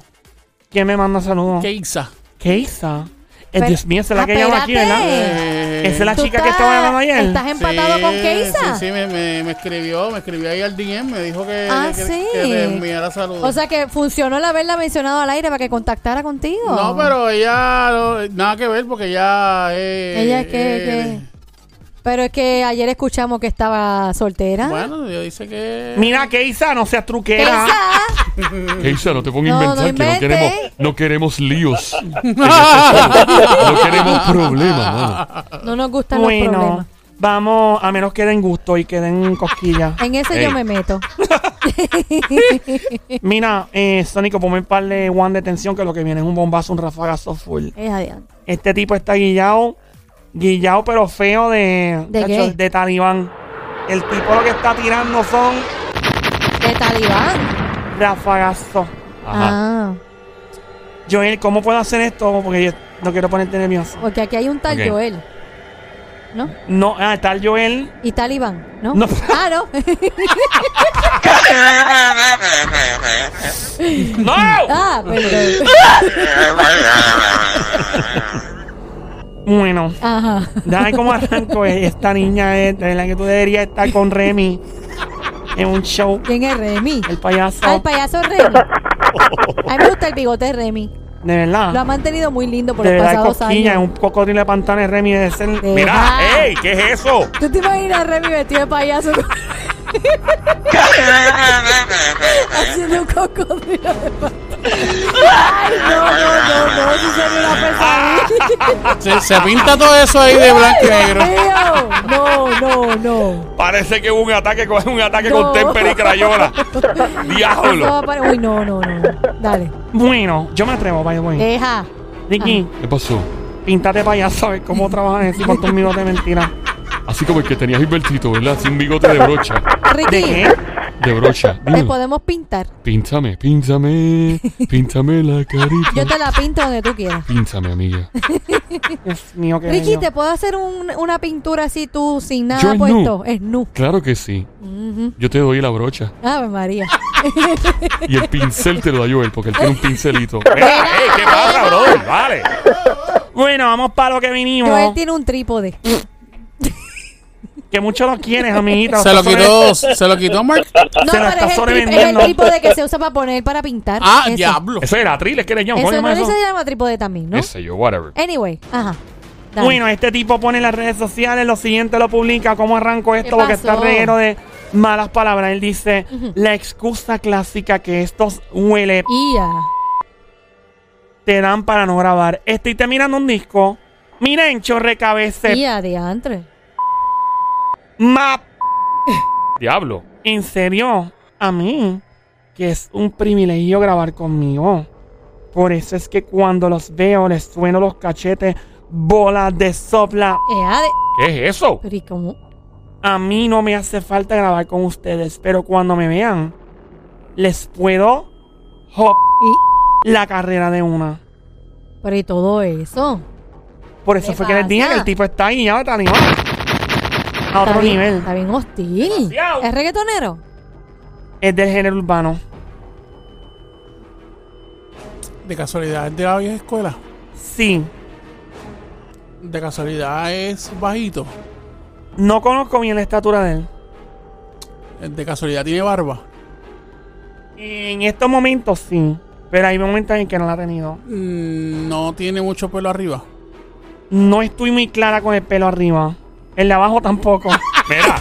Speaker 4: ¿Quién me manda saludos?
Speaker 3: Keisa.
Speaker 4: Keisa. Eh,
Speaker 2: Pero-
Speaker 4: Dios mío, esa es la
Speaker 2: Ah,
Speaker 4: que llama aquí,
Speaker 2: espérate.
Speaker 4: ¿verdad?
Speaker 3: Eh,
Speaker 4: Esa es la
Speaker 2: Tú
Speaker 4: chica que
Speaker 2: estás-
Speaker 4: estaba llamando ayer.
Speaker 2: ¿Estás empatado
Speaker 3: sí,
Speaker 2: con Keisa?
Speaker 3: Sí, sí, me, me, me escribió, me escribió ahí al DM, me dijo que,
Speaker 2: Ah,
Speaker 3: que,
Speaker 2: sí.
Speaker 3: que le enviara saludos.
Speaker 2: O sea que funcionó el haberla mencionado al aire para que contactara contigo.
Speaker 3: no, pero ella, no, nada que ver porque ella es...
Speaker 2: Ella es que,
Speaker 3: eh,
Speaker 2: que- Pero es que ayer escuchamos que estaba soltera.
Speaker 3: Bueno, yo dice que...
Speaker 4: Mira, Keisa, no seas truquera.
Speaker 2: Keisa,
Speaker 6: Keisa, no te pongas
Speaker 2: No,
Speaker 6: a
Speaker 2: no
Speaker 6: inventar que no
Speaker 2: inventes.
Speaker 6: queremos, no queremos líos. en este show. no queremos problemas, mano.
Speaker 2: no nos gustan los
Speaker 4: Bueno,
Speaker 2: problemas.
Speaker 4: vamos, a menos que den gusto y que den cosquillas.
Speaker 2: En ese
Speaker 6: Ey.
Speaker 2: yo me meto.
Speaker 4: Mira, eh, Sónico, ponme un par de one de tensión que lo que viene es un bombazo, un rafagazo full.
Speaker 2: Es adiante.
Speaker 4: Este tipo está guillado, guillado pero feo de,
Speaker 2: ¿De qué?
Speaker 4: de talibán. El tipo lo que está tirando son
Speaker 2: De talibán.
Speaker 4: Rafagazo.
Speaker 6: Ajá.
Speaker 2: Ah,
Speaker 4: Joel, ¿cómo puedo hacer esto? Porque yo no quiero ponerte nervioso.
Speaker 2: porque aquí hay un tal
Speaker 6: Ok.
Speaker 2: Joel, ¿no?
Speaker 4: No, ah, tal Joel.
Speaker 2: Y tal Iván, ¿no?
Speaker 4: No.
Speaker 2: Ah, no.
Speaker 4: ¡No!
Speaker 2: ah, perdón.
Speaker 4: Bueno,
Speaker 2: Ajá.
Speaker 4: dame cómo arranco. eh, Esta niña es de la que tú deberías estar con Remy en un show.
Speaker 2: ¿Quién es Remy?
Speaker 4: El payaso.
Speaker 2: Ah, el payaso Remy. A mí me gusta el bigote de Remy.
Speaker 4: de verdad.
Speaker 2: Lo han mantenido muy lindo por
Speaker 4: de
Speaker 2: los
Speaker 4: verdad, es
Speaker 2: pasados
Speaker 4: cosquilla. Es
Speaker 2: años.
Speaker 4: un cocodrilo de pantanes, Remy. De ser.
Speaker 2: De
Speaker 6: Mira,
Speaker 2: verdad.
Speaker 6: ¡ey! ¿Qué es eso?
Speaker 2: ¿Tú te imaginas a Remy vestido de payaso haciendo un cocodrilo de pata? Ay, no, no, no, no, eso sería una pesadilla.
Speaker 3: Se, se pinta todo eso ahí de blanco y negro.
Speaker 2: Mío. No, no, no.
Speaker 6: Parece que hubo un ataque con, un ataque
Speaker 2: No.
Speaker 6: con témpera y crayola. Diablo.
Speaker 2: Eso va para- Uy, no, no, no. Dale.
Speaker 4: Bueno, yo me atrevo, by the way.
Speaker 2: Deja. ah.
Speaker 4: Ricky,
Speaker 6: ¿Qué pasó?
Speaker 4: píntate payaso, a ver cómo trabajas eso y cuántos minutos de mentira.
Speaker 6: Así como el que tenías invertido, ¿verdad? Sin bigote de brocha.
Speaker 4: ¿De
Speaker 2: Ricky,
Speaker 4: qué?
Speaker 6: De brocha.
Speaker 2: te
Speaker 6: Dime.
Speaker 2: podemos pintar.
Speaker 6: Píntame, píntame. Píntame la
Speaker 2: Yo
Speaker 6: carita.
Speaker 2: te la pinto donde tú quieras.
Speaker 6: Píntame, amiga.
Speaker 4: Dios mío, qué
Speaker 2: Ricky,
Speaker 4: bello.
Speaker 2: ¿te puedo hacer un- una pintura así tú sin nada
Speaker 6: Yo es
Speaker 2: puesto?
Speaker 6: nu.
Speaker 2: Es nu.
Speaker 6: Claro que sí.
Speaker 2: Ujú.
Speaker 6: Yo te doy la brocha.
Speaker 2: Ave María.
Speaker 6: Y el pincel te lo da Joel porque él tiene un pincelito. Mira, ey, ¿Qué pasa, bro? Vale.
Speaker 4: Bueno, vamos para lo que vinimos.
Speaker 2: Joel tiene un trípode.
Speaker 4: Que mucho lo quieres, amiguita.
Speaker 3: Se lo
Speaker 4: Los
Speaker 3: quitó, se lo quitó Mark.
Speaker 2: No,
Speaker 4: Se
Speaker 2: pero
Speaker 4: la está
Speaker 2: es el, tri- es el
Speaker 4: sobrevendiendo.
Speaker 2: trípode que se usa para poner, para pintar.
Speaker 3: Ah,
Speaker 2: Ese.
Speaker 3: diablo.
Speaker 6: Eso era atril, es que le llaman.
Speaker 2: Eso
Speaker 6: ¿Cómo
Speaker 2: no
Speaker 6: llaman eso?
Speaker 2: se llama trípode también, ¿no?
Speaker 6: Qué sé yo, whatever.
Speaker 2: Anyway, ajá. Dale.
Speaker 4: Bueno, este tipo pone en las redes sociales, lo siguiente lo publica, cómo arranco esto,
Speaker 2: ¿Qué
Speaker 4: porque
Speaker 2: pasó?
Speaker 4: está reguero de malas palabras. Él dice,
Speaker 2: Ujú.
Speaker 4: la excusa clásica que estos huele p-
Speaker 2: Ia.
Speaker 4: te dan para no grabar. Estoy terminando un disco, miren, chorrecabece,
Speaker 2: Ia de antre.
Speaker 4: map.
Speaker 6: Diablo.
Speaker 4: En serio, a mí, que es un privilegio grabar conmigo. Por eso es que cuando los veo les sueno los cachetes, bolas de sopla.
Speaker 2: Ea de.
Speaker 6: ¿Qué es eso?
Speaker 2: Pero ¿y cómo?
Speaker 4: A mí no me hace falta grabar con ustedes, pero cuando me vean, les puedo hop
Speaker 2: Y.
Speaker 4: la carrera de una.
Speaker 2: Pero y todo eso.
Speaker 4: Por eso
Speaker 2: ¿Qué
Speaker 4: fue que les dije
Speaker 2: pasa?
Speaker 4: que el tipo está ahí ya está animado. A
Speaker 2: Está
Speaker 4: otro
Speaker 2: bien,
Speaker 4: nivel.
Speaker 2: Está bien hostil.
Speaker 6: Demasiado.
Speaker 2: ¿Es reggaetonero?
Speaker 4: Es del género urbano.
Speaker 3: De casualidad, es de la vieja escuela.
Speaker 4: Sí.
Speaker 3: De casualidad es bajito.
Speaker 4: No conozco bien la estatura de él.
Speaker 3: De casualidad tiene barba.
Speaker 4: En estos momentos sí. Pero hay momentos en que no la ha tenido.
Speaker 3: Mm, No tiene mucho pelo arriba.
Speaker 4: No estoy muy clara con el pelo arriba. El de abajo tampoco.
Speaker 6: Mira,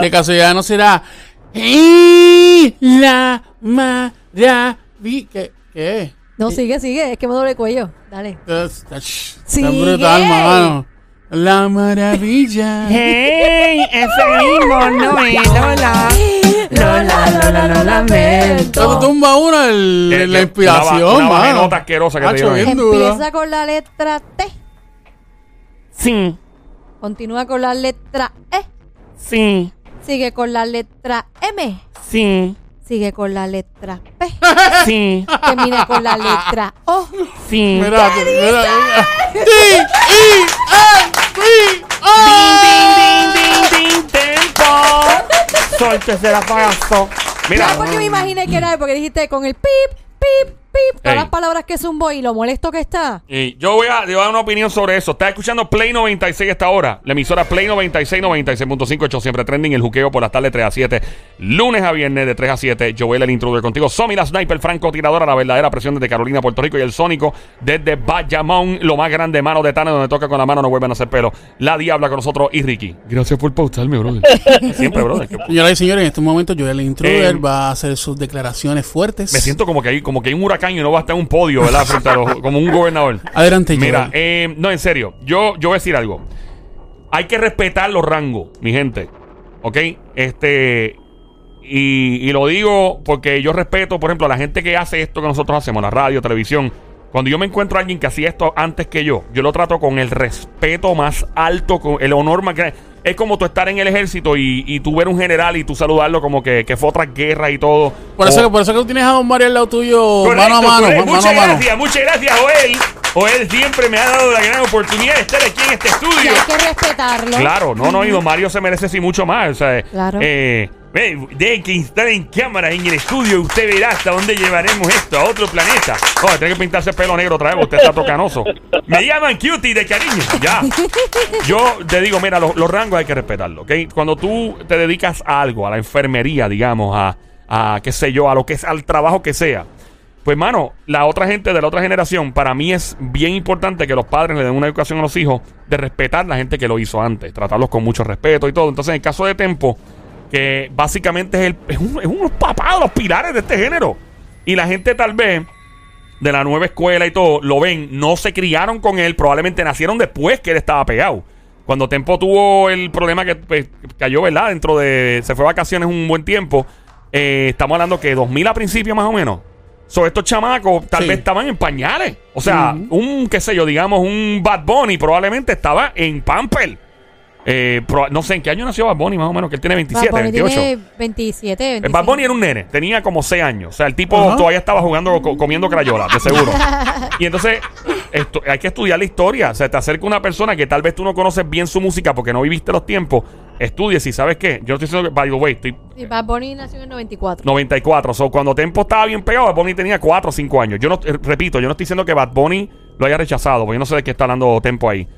Speaker 3: De casualidad no será. ¡Y la maravi- ¿Qué? ¿Qué?
Speaker 2: No, sigue, sigue. Es que me duele el cuello. Dale.
Speaker 3: Es- ach, Está
Speaker 2: Sigue.
Speaker 3: brutal, mano. La maravilla.
Speaker 4: ¡Hey! Ese mismo no es Lola. Lola, Lola, Lola, lamento.
Speaker 3: Eso tumba uno el,
Speaker 6: Que-
Speaker 3: la
Speaker 6: que-
Speaker 3: inspiración,
Speaker 6: una ba- una
Speaker 3: mano.
Speaker 6: bajenota asquerosa que te
Speaker 3: Acho,
Speaker 6: dieron ahí.
Speaker 3: bien duro.
Speaker 2: Empieza con la letra T.
Speaker 4: Sí.
Speaker 2: Continúa con la letra E.
Speaker 4: Sí.
Speaker 2: Sigue con la letra M.
Speaker 4: Sí.
Speaker 2: Sigue con la letra P.
Speaker 4: Sí.
Speaker 2: Termina con la letra O.
Speaker 4: Sí.
Speaker 3: Mira, mira, mira. Sí, y, eh, sí,
Speaker 4: Ding,
Speaker 3: ah.
Speaker 4: ding, ding, ding, tempo. Suéltese la pagazo.
Speaker 2: ¿Sabes
Speaker 6: mira.
Speaker 2: por qué me imaginé que era? él? Porque dijiste con el pip, pip, pip, todas
Speaker 6: Ey.
Speaker 2: las palabras que zumbó y lo molesto que está.
Speaker 6: Y yo voy a, yo voy a dar una opinión sobre eso. Estás escuchando Play 96 a esta hora. La emisora Play 96, 96.5, hecho siempre trending. El juqueo por las tardes 3 a 7. Lunes a viernes de 3 a 7. Joel el intruder contigo. Somi la sniper, francotiradora, la verdadera presión desde Carolina, Puerto Rico. Y el sónico desde Bayamón, lo más grande, mano de Tana, donde toca con la mano, no vuelven a hacer pelo. La diabla con nosotros y Ricky. Gracias por pautarme, brother. siempre, brother. que-
Speaker 3: Señoras y señores, en estos momentos Joel Intruder
Speaker 6: Eh,
Speaker 3: va a hacer sus declaraciones fuertes.
Speaker 6: Me siento como que hay, como que hay un huracán y no va a estar en un podio, ¿verdad? Frente a los- como un gobernador.
Speaker 3: Adelante, Joel.
Speaker 6: Mira, eh, no, en serio, yo, yo voy a decir algo. Hay que respetar los rangos, mi gente. ¿Ok? Este. Y, y lo digo porque yo respeto, por ejemplo, a la gente que hace esto que nosotros hacemos, la radio, televisión. Cuando yo me encuentro a alguien que hacía esto antes que yo, yo lo trato con el respeto más alto, con el honor más grande. Es como tú estar en el ejército y, y tú ver un general y tú saludarlo como que, que fue otra guerra y todo.
Speaker 3: Por eso,
Speaker 6: O-
Speaker 3: que- por eso que tú tienes a Don Mario al lado tuyo,
Speaker 6: Correcto,
Speaker 3: mano a mano,
Speaker 6: correcto.
Speaker 3: mano
Speaker 6: muchas
Speaker 3: a mano.
Speaker 6: gracias, muchas gracias, Joel. Joel siempre me ha dado la gran oportunidad de estar aquí en este
Speaker 2: Y
Speaker 6: estudio.
Speaker 2: hay que respetarlo.
Speaker 6: Claro, no, no, y don Mario se merece sí mucho más. O sea,
Speaker 2: Claro.
Speaker 6: eh, ve, de que instalen en cámara en el estudio y usted verá hasta dónde llevaremos esto, a otro planeta. Oh, tiene que pintarse el pelo negro otra vez, porque usted está tocanoso. Me llaman cutie de cariño, ya. Yo te digo, mira, los, los rangos hay que respetarlos, ¿ok? Cuando tú te dedicas a algo, a la enfermería, digamos, a, a qué sé yo, a lo que es, al trabajo que sea. Pues, mano, la otra gente de la otra generación, para mí es bien importante que los padres le den una educación a los hijos de respetar la gente que lo hizo antes, tratarlos con mucho respeto y todo. Entonces, en el caso de Tempo, que básicamente es, el, es, un- es unos papados, los pilares de este género. Y la gente tal vez de la nueva escuela y todo, lo ven, no se criaron con él, probablemente nacieron después que él estaba pegado. Cuando Tempo tuvo el problema que pues, cayó, ¿verdad? Dentro de. Se fue a vacaciones un buen tiempo. eh, estamos hablando que 2000 a principio, más o menos. Sobre estos chamacos, tal
Speaker 3: Sí.
Speaker 6: vez estaban en pañales. O sea, un, qué sé yo, digamos, un Bad Bunny probablemente estaba en Pamper. Eh, pro- no sé en qué año nació Bad Bunny, más o menos, que él tiene 27,
Speaker 2: Bad Bunny
Speaker 6: 28.
Speaker 2: tiene 27,
Speaker 6: El
Speaker 2: 25.
Speaker 6: Bad Bunny era un nene, tenía como 6 años. O sea, el tipo
Speaker 3: Ajá.
Speaker 6: todavía estaba jugando, co- comiendo crayola, de seguro. y entonces, esto, hay que estudiar la historia. O sea, te acerca una persona que tal vez tú no conoces bien su música porque no viviste los tiempos. Estudies y sabes qué. Yo no estoy diciendo que, by the way, estoy
Speaker 2: Sí, Bad Bunny nació en el 94.
Speaker 6: 94. O sea, cuando Tempo estaba bien pegado, Bad Bunny tenía 4 o 5 años. Yo no, eh, repito, yo no estoy diciendo que Bad Bunny lo haya rechazado, porque yo no sé de qué está hablando Tempo ahí.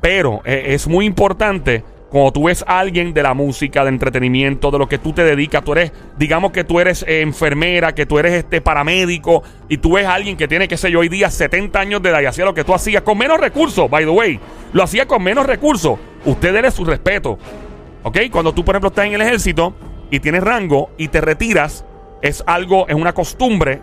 Speaker 6: Pero eh, es muy importante cuando tú ves a alguien de la música, de entretenimiento, de lo que tú te dedicas, tú eres, digamos que tú eres eh, enfermera, que tú eres este paramédico, y tú ves a alguien que tiene, qué sé yo, hoy día 70 años de edad y hacía lo que tú hacías con menos recursos, by the way, lo hacía con menos recursos. Usted eres su respeto. ¿Ok? Cuando tú, por ejemplo, estás en el ejército y tienes rango y te retiras, es algo, es una costumbre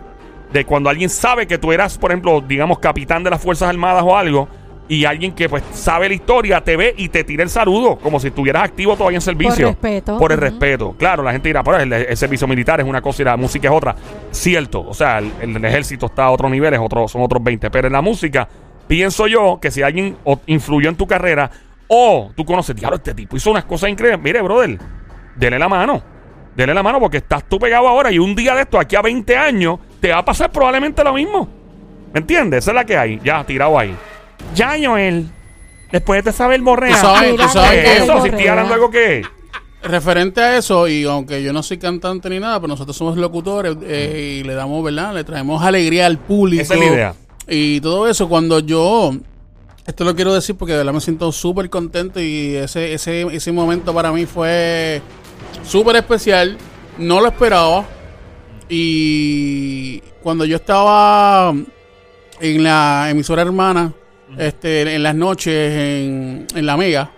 Speaker 6: de cuando alguien sabe que tú eras, por ejemplo, digamos, capitán de las Fuerzas Armadas o algo, y alguien que pues sabe la historia te ve y te tira el saludo, como si estuvieras activo todavía en servicio.
Speaker 2: respeto.
Speaker 6: Por el
Speaker 2: Ujú.
Speaker 6: respeto. Claro, la gente dirá, pero el, el servicio militar es una cosa y la música es otra. Cierto, o sea, el, el ejército está a otros niveles, otros son otros 20, pero en la música, pienso yo que si alguien o- influyó en tu carrera o tú conoces, diablo, este tipo hizo unas cosas increíbles, mire, brother, dele la mano, dele la mano porque estás tú pegado ahora y un día de esto, aquí a 20 años, te va a pasar probablemente lo mismo. ¿Me entiendes? Esa es la que hay, ya, tirado ahí.
Speaker 4: Ya, Joel. Después de saber borrea.
Speaker 3: Tú sabes,
Speaker 2: Mira,
Speaker 3: tú sabes
Speaker 2: mira,
Speaker 6: ¿Qué es
Speaker 3: que
Speaker 6: Eh, eso? Si
Speaker 2: correa.
Speaker 6: estoy hablando algo que...
Speaker 3: referente a eso, y aunque yo no soy cantante ni nada, pero nosotros somos locutores eh, y le damos, ¿verdad? Le traemos alegría al público.
Speaker 6: Esa es la idea.
Speaker 3: Y todo eso, cuando yo, esto lo quiero decir porque de verdad me siento súper contento y ese, ese, ese momento para mí fue súper especial, no lo esperaba. Y cuando yo estaba en la emisora hermana, este, en las noches, en, en la mega,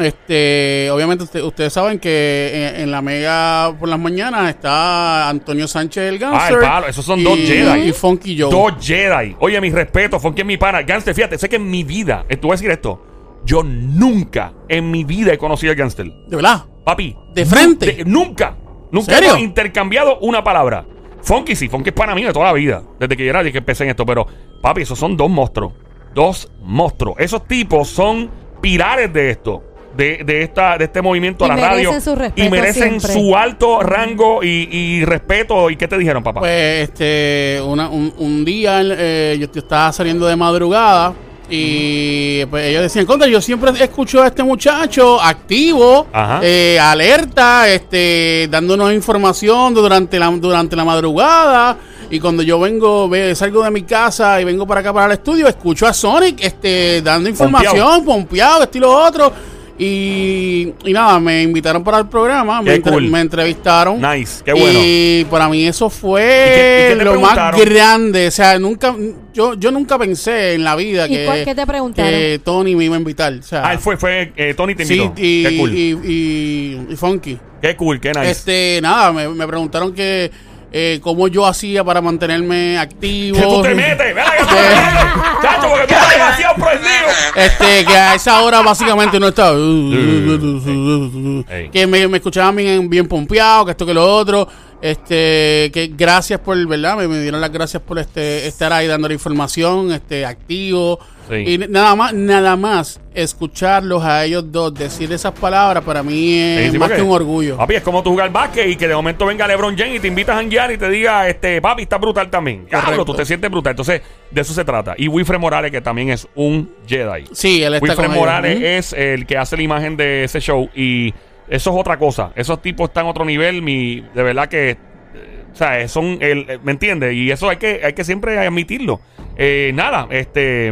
Speaker 3: este, obviamente usted- ustedes saben que eh, en, en la mega por las mañanas está Antonio Sánchez el Gangster.
Speaker 6: Ah, palo, esos son dos
Speaker 3: y-
Speaker 6: Jedi.
Speaker 3: Y Funky Joe.
Speaker 6: Dos Jedi. Oye, mi respeto, Funky es mi pana. Gangster, fíjate, sé que en mi vida, eh, te voy a decir esto, yo nunca en mi vida he conocido al Gangster.
Speaker 3: De verdad.
Speaker 6: Papi.
Speaker 3: ¿De frente?
Speaker 6: de- nunca. Nunca
Speaker 3: ¿Serio?
Speaker 6: hemos intercambiado una palabra. Funky sí, Funky es pana mío de toda la vida. Desde que yo era desde que empecé en esto. Pero, papi, esos son dos monstruos. Dos monstruos. Esos tipos son pilares de esto. De, de esta, de este movimiento
Speaker 2: Y
Speaker 6: a la radio.
Speaker 2: merecen su respeto
Speaker 6: y merecen
Speaker 2: siempre.
Speaker 6: su alto rango y, y respeto. ¿Y qué te dijeron, papá?
Speaker 3: Pues este, una- un, un día eh, yo, yo estaba saliendo de madrugada y pues, ellos decían, contra, yo siempre escucho a este muchacho activo,
Speaker 6: Ajá.
Speaker 3: eh, alerta, este, dándonos información durante la, durante la madrugada. Y cuando yo vengo, ve- salgo de mi casa y vengo para acá para el estudio, escucho a Sonic este, dando información, pompeado, estilo otro. Y, y nada, me invitaron para el programa, me,
Speaker 6: Qué cool.
Speaker 3: me entrevistaron.
Speaker 6: Nice, qué bueno.
Speaker 3: Y para mí eso
Speaker 6: ¿Y
Speaker 3: fue
Speaker 6: qué- y qué te
Speaker 3: lo más
Speaker 6: preguntaron?
Speaker 3: grande. O sea, nunca, yo, yo nunca pensé en la vida
Speaker 2: ¿Y
Speaker 3: que,
Speaker 2: cuál- qué te preguntaron?
Speaker 3: que Tony me iba a invitar. O sea,
Speaker 6: Ah, él fue, fue eh, Tony te
Speaker 3: sí,
Speaker 6: invitó.
Speaker 3: y,
Speaker 6: qué cool.
Speaker 3: y- y- y Funky.
Speaker 6: qué cool, qué nice.
Speaker 3: Este, nada, me, me preguntaron que eh, cómo yo hacía para mantenerme activo.
Speaker 6: que tú te metes, ¿verdad? Que tú te
Speaker 3: Eh.
Speaker 6: metes, chacho, porque tú estás demasiado prendido.
Speaker 3: Este, que a esa hora básicamente no estaba.
Speaker 6: Ey.
Speaker 3: que me, me escuchaban bien, bien pompeado, que esto que lo otro. Este, que gracias por, ¿verdad? Me, me dieron las gracias por este estar ahí dando la información, este activo.
Speaker 6: Sí.
Speaker 3: Y nada más, nada más escucharlos a ellos dos decir esas palabras para mí es
Speaker 6: Sí, sí,
Speaker 3: más
Speaker 6: porque- Ah,
Speaker 3: que un orgullo.
Speaker 6: Papi, es como tú jugar básquet y que de momento venga LeBron James y te invitas a janguear y te diga, este, papi, está brutal también. Claro,
Speaker 3: Correcto.
Speaker 6: tú te sientes brutal. Entonces, de eso se trata. Y Wilfred Morales, que también es un Jedi.
Speaker 3: Sí, él está
Speaker 6: Wilfred
Speaker 3: con ellos.
Speaker 6: Morales
Speaker 3: Ujú.
Speaker 6: es el que hace la imagen de ese show y eso es otra cosa. Esos tipos están a otro nivel, mi, de verdad que, eh, o sea, son, el, eh, ¿me entiendes? Y eso hay que, hay que siempre admitirlo. Eh, nada, este...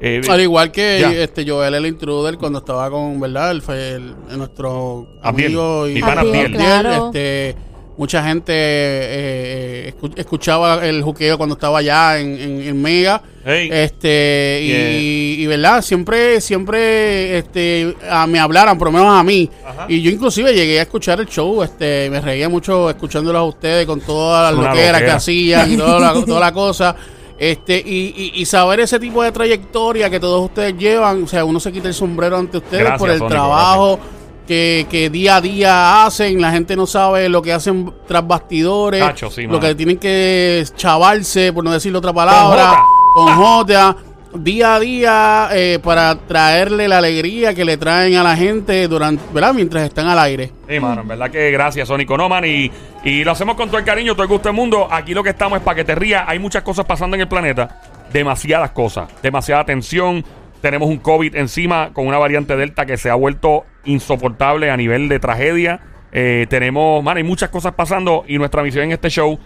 Speaker 6: eh,
Speaker 3: Al igual que
Speaker 6: Ya.
Speaker 3: este Joel el intruder cuando estaba con, ¿verdad? El, fue el- nuestro
Speaker 6: Abdiel.
Speaker 3: amigo y
Speaker 6: Mi pana Abdiel, Abdiel.
Speaker 2: claro.
Speaker 3: este, mucha gente eh, eh, escu- escuchaba el juqueo cuando estaba allá en, en- en Mega.
Speaker 6: Hey.
Speaker 3: Este y, y, verdad, siempre siempre este a- me hablaran, por lo menos a mí. Y yo inclusive llegué a escuchar el show, este me reía mucho escuchándolos a ustedes con toda la
Speaker 6: Una
Speaker 3: loquera que
Speaker 6: loquera.
Speaker 3: hacían y toda la, toda la cosa. Este, y, y- y saber ese tipo de trayectoria que todos ustedes llevan, o sea, uno se quita el sombrero ante ustedes
Speaker 6: Gracias,
Speaker 3: por el
Speaker 6: Sónico,
Speaker 3: trabajo que, que día a día hacen, la gente no sabe lo que hacen tras bastidores,
Speaker 6: Tacho, sí,
Speaker 3: lo
Speaker 6: mano.
Speaker 3: que tienen que chavarse, por no decirle otra palabra, con Jota, día a día eh, para traerle la alegría que le traen a la gente durante, ¿verdad? Mientras están al aire.
Speaker 6: Sí, mano, en verdad que gracias, Sónico Noman. Y, y lo hacemos con todo el cariño, todo el gusto del mundo. Aquí lo que estamos es para que te rías. Hay muchas cosas pasando en el planeta. Demasiadas cosas. Demasiada tensión. Tenemos un COVID encima con una variante Delta que se ha vuelto insoportable a nivel de tragedia. Eh, tenemos, mano, hay muchas cosas pasando. Y nuestra misión en este show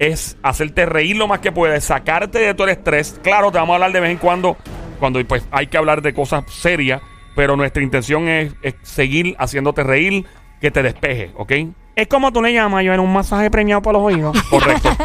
Speaker 6: es hacerte reír lo más que puedes, sacarte de todo el estrés. Claro, te vamos a hablar de vez en cuando, cuando pues, hay que hablar de cosas serias, pero nuestra intención es, es seguir haciéndote reír, que te despeje, ¿ok?
Speaker 4: Es como tú le llamas, yo era un masaje premiado por los oídos.
Speaker 6: Correcto.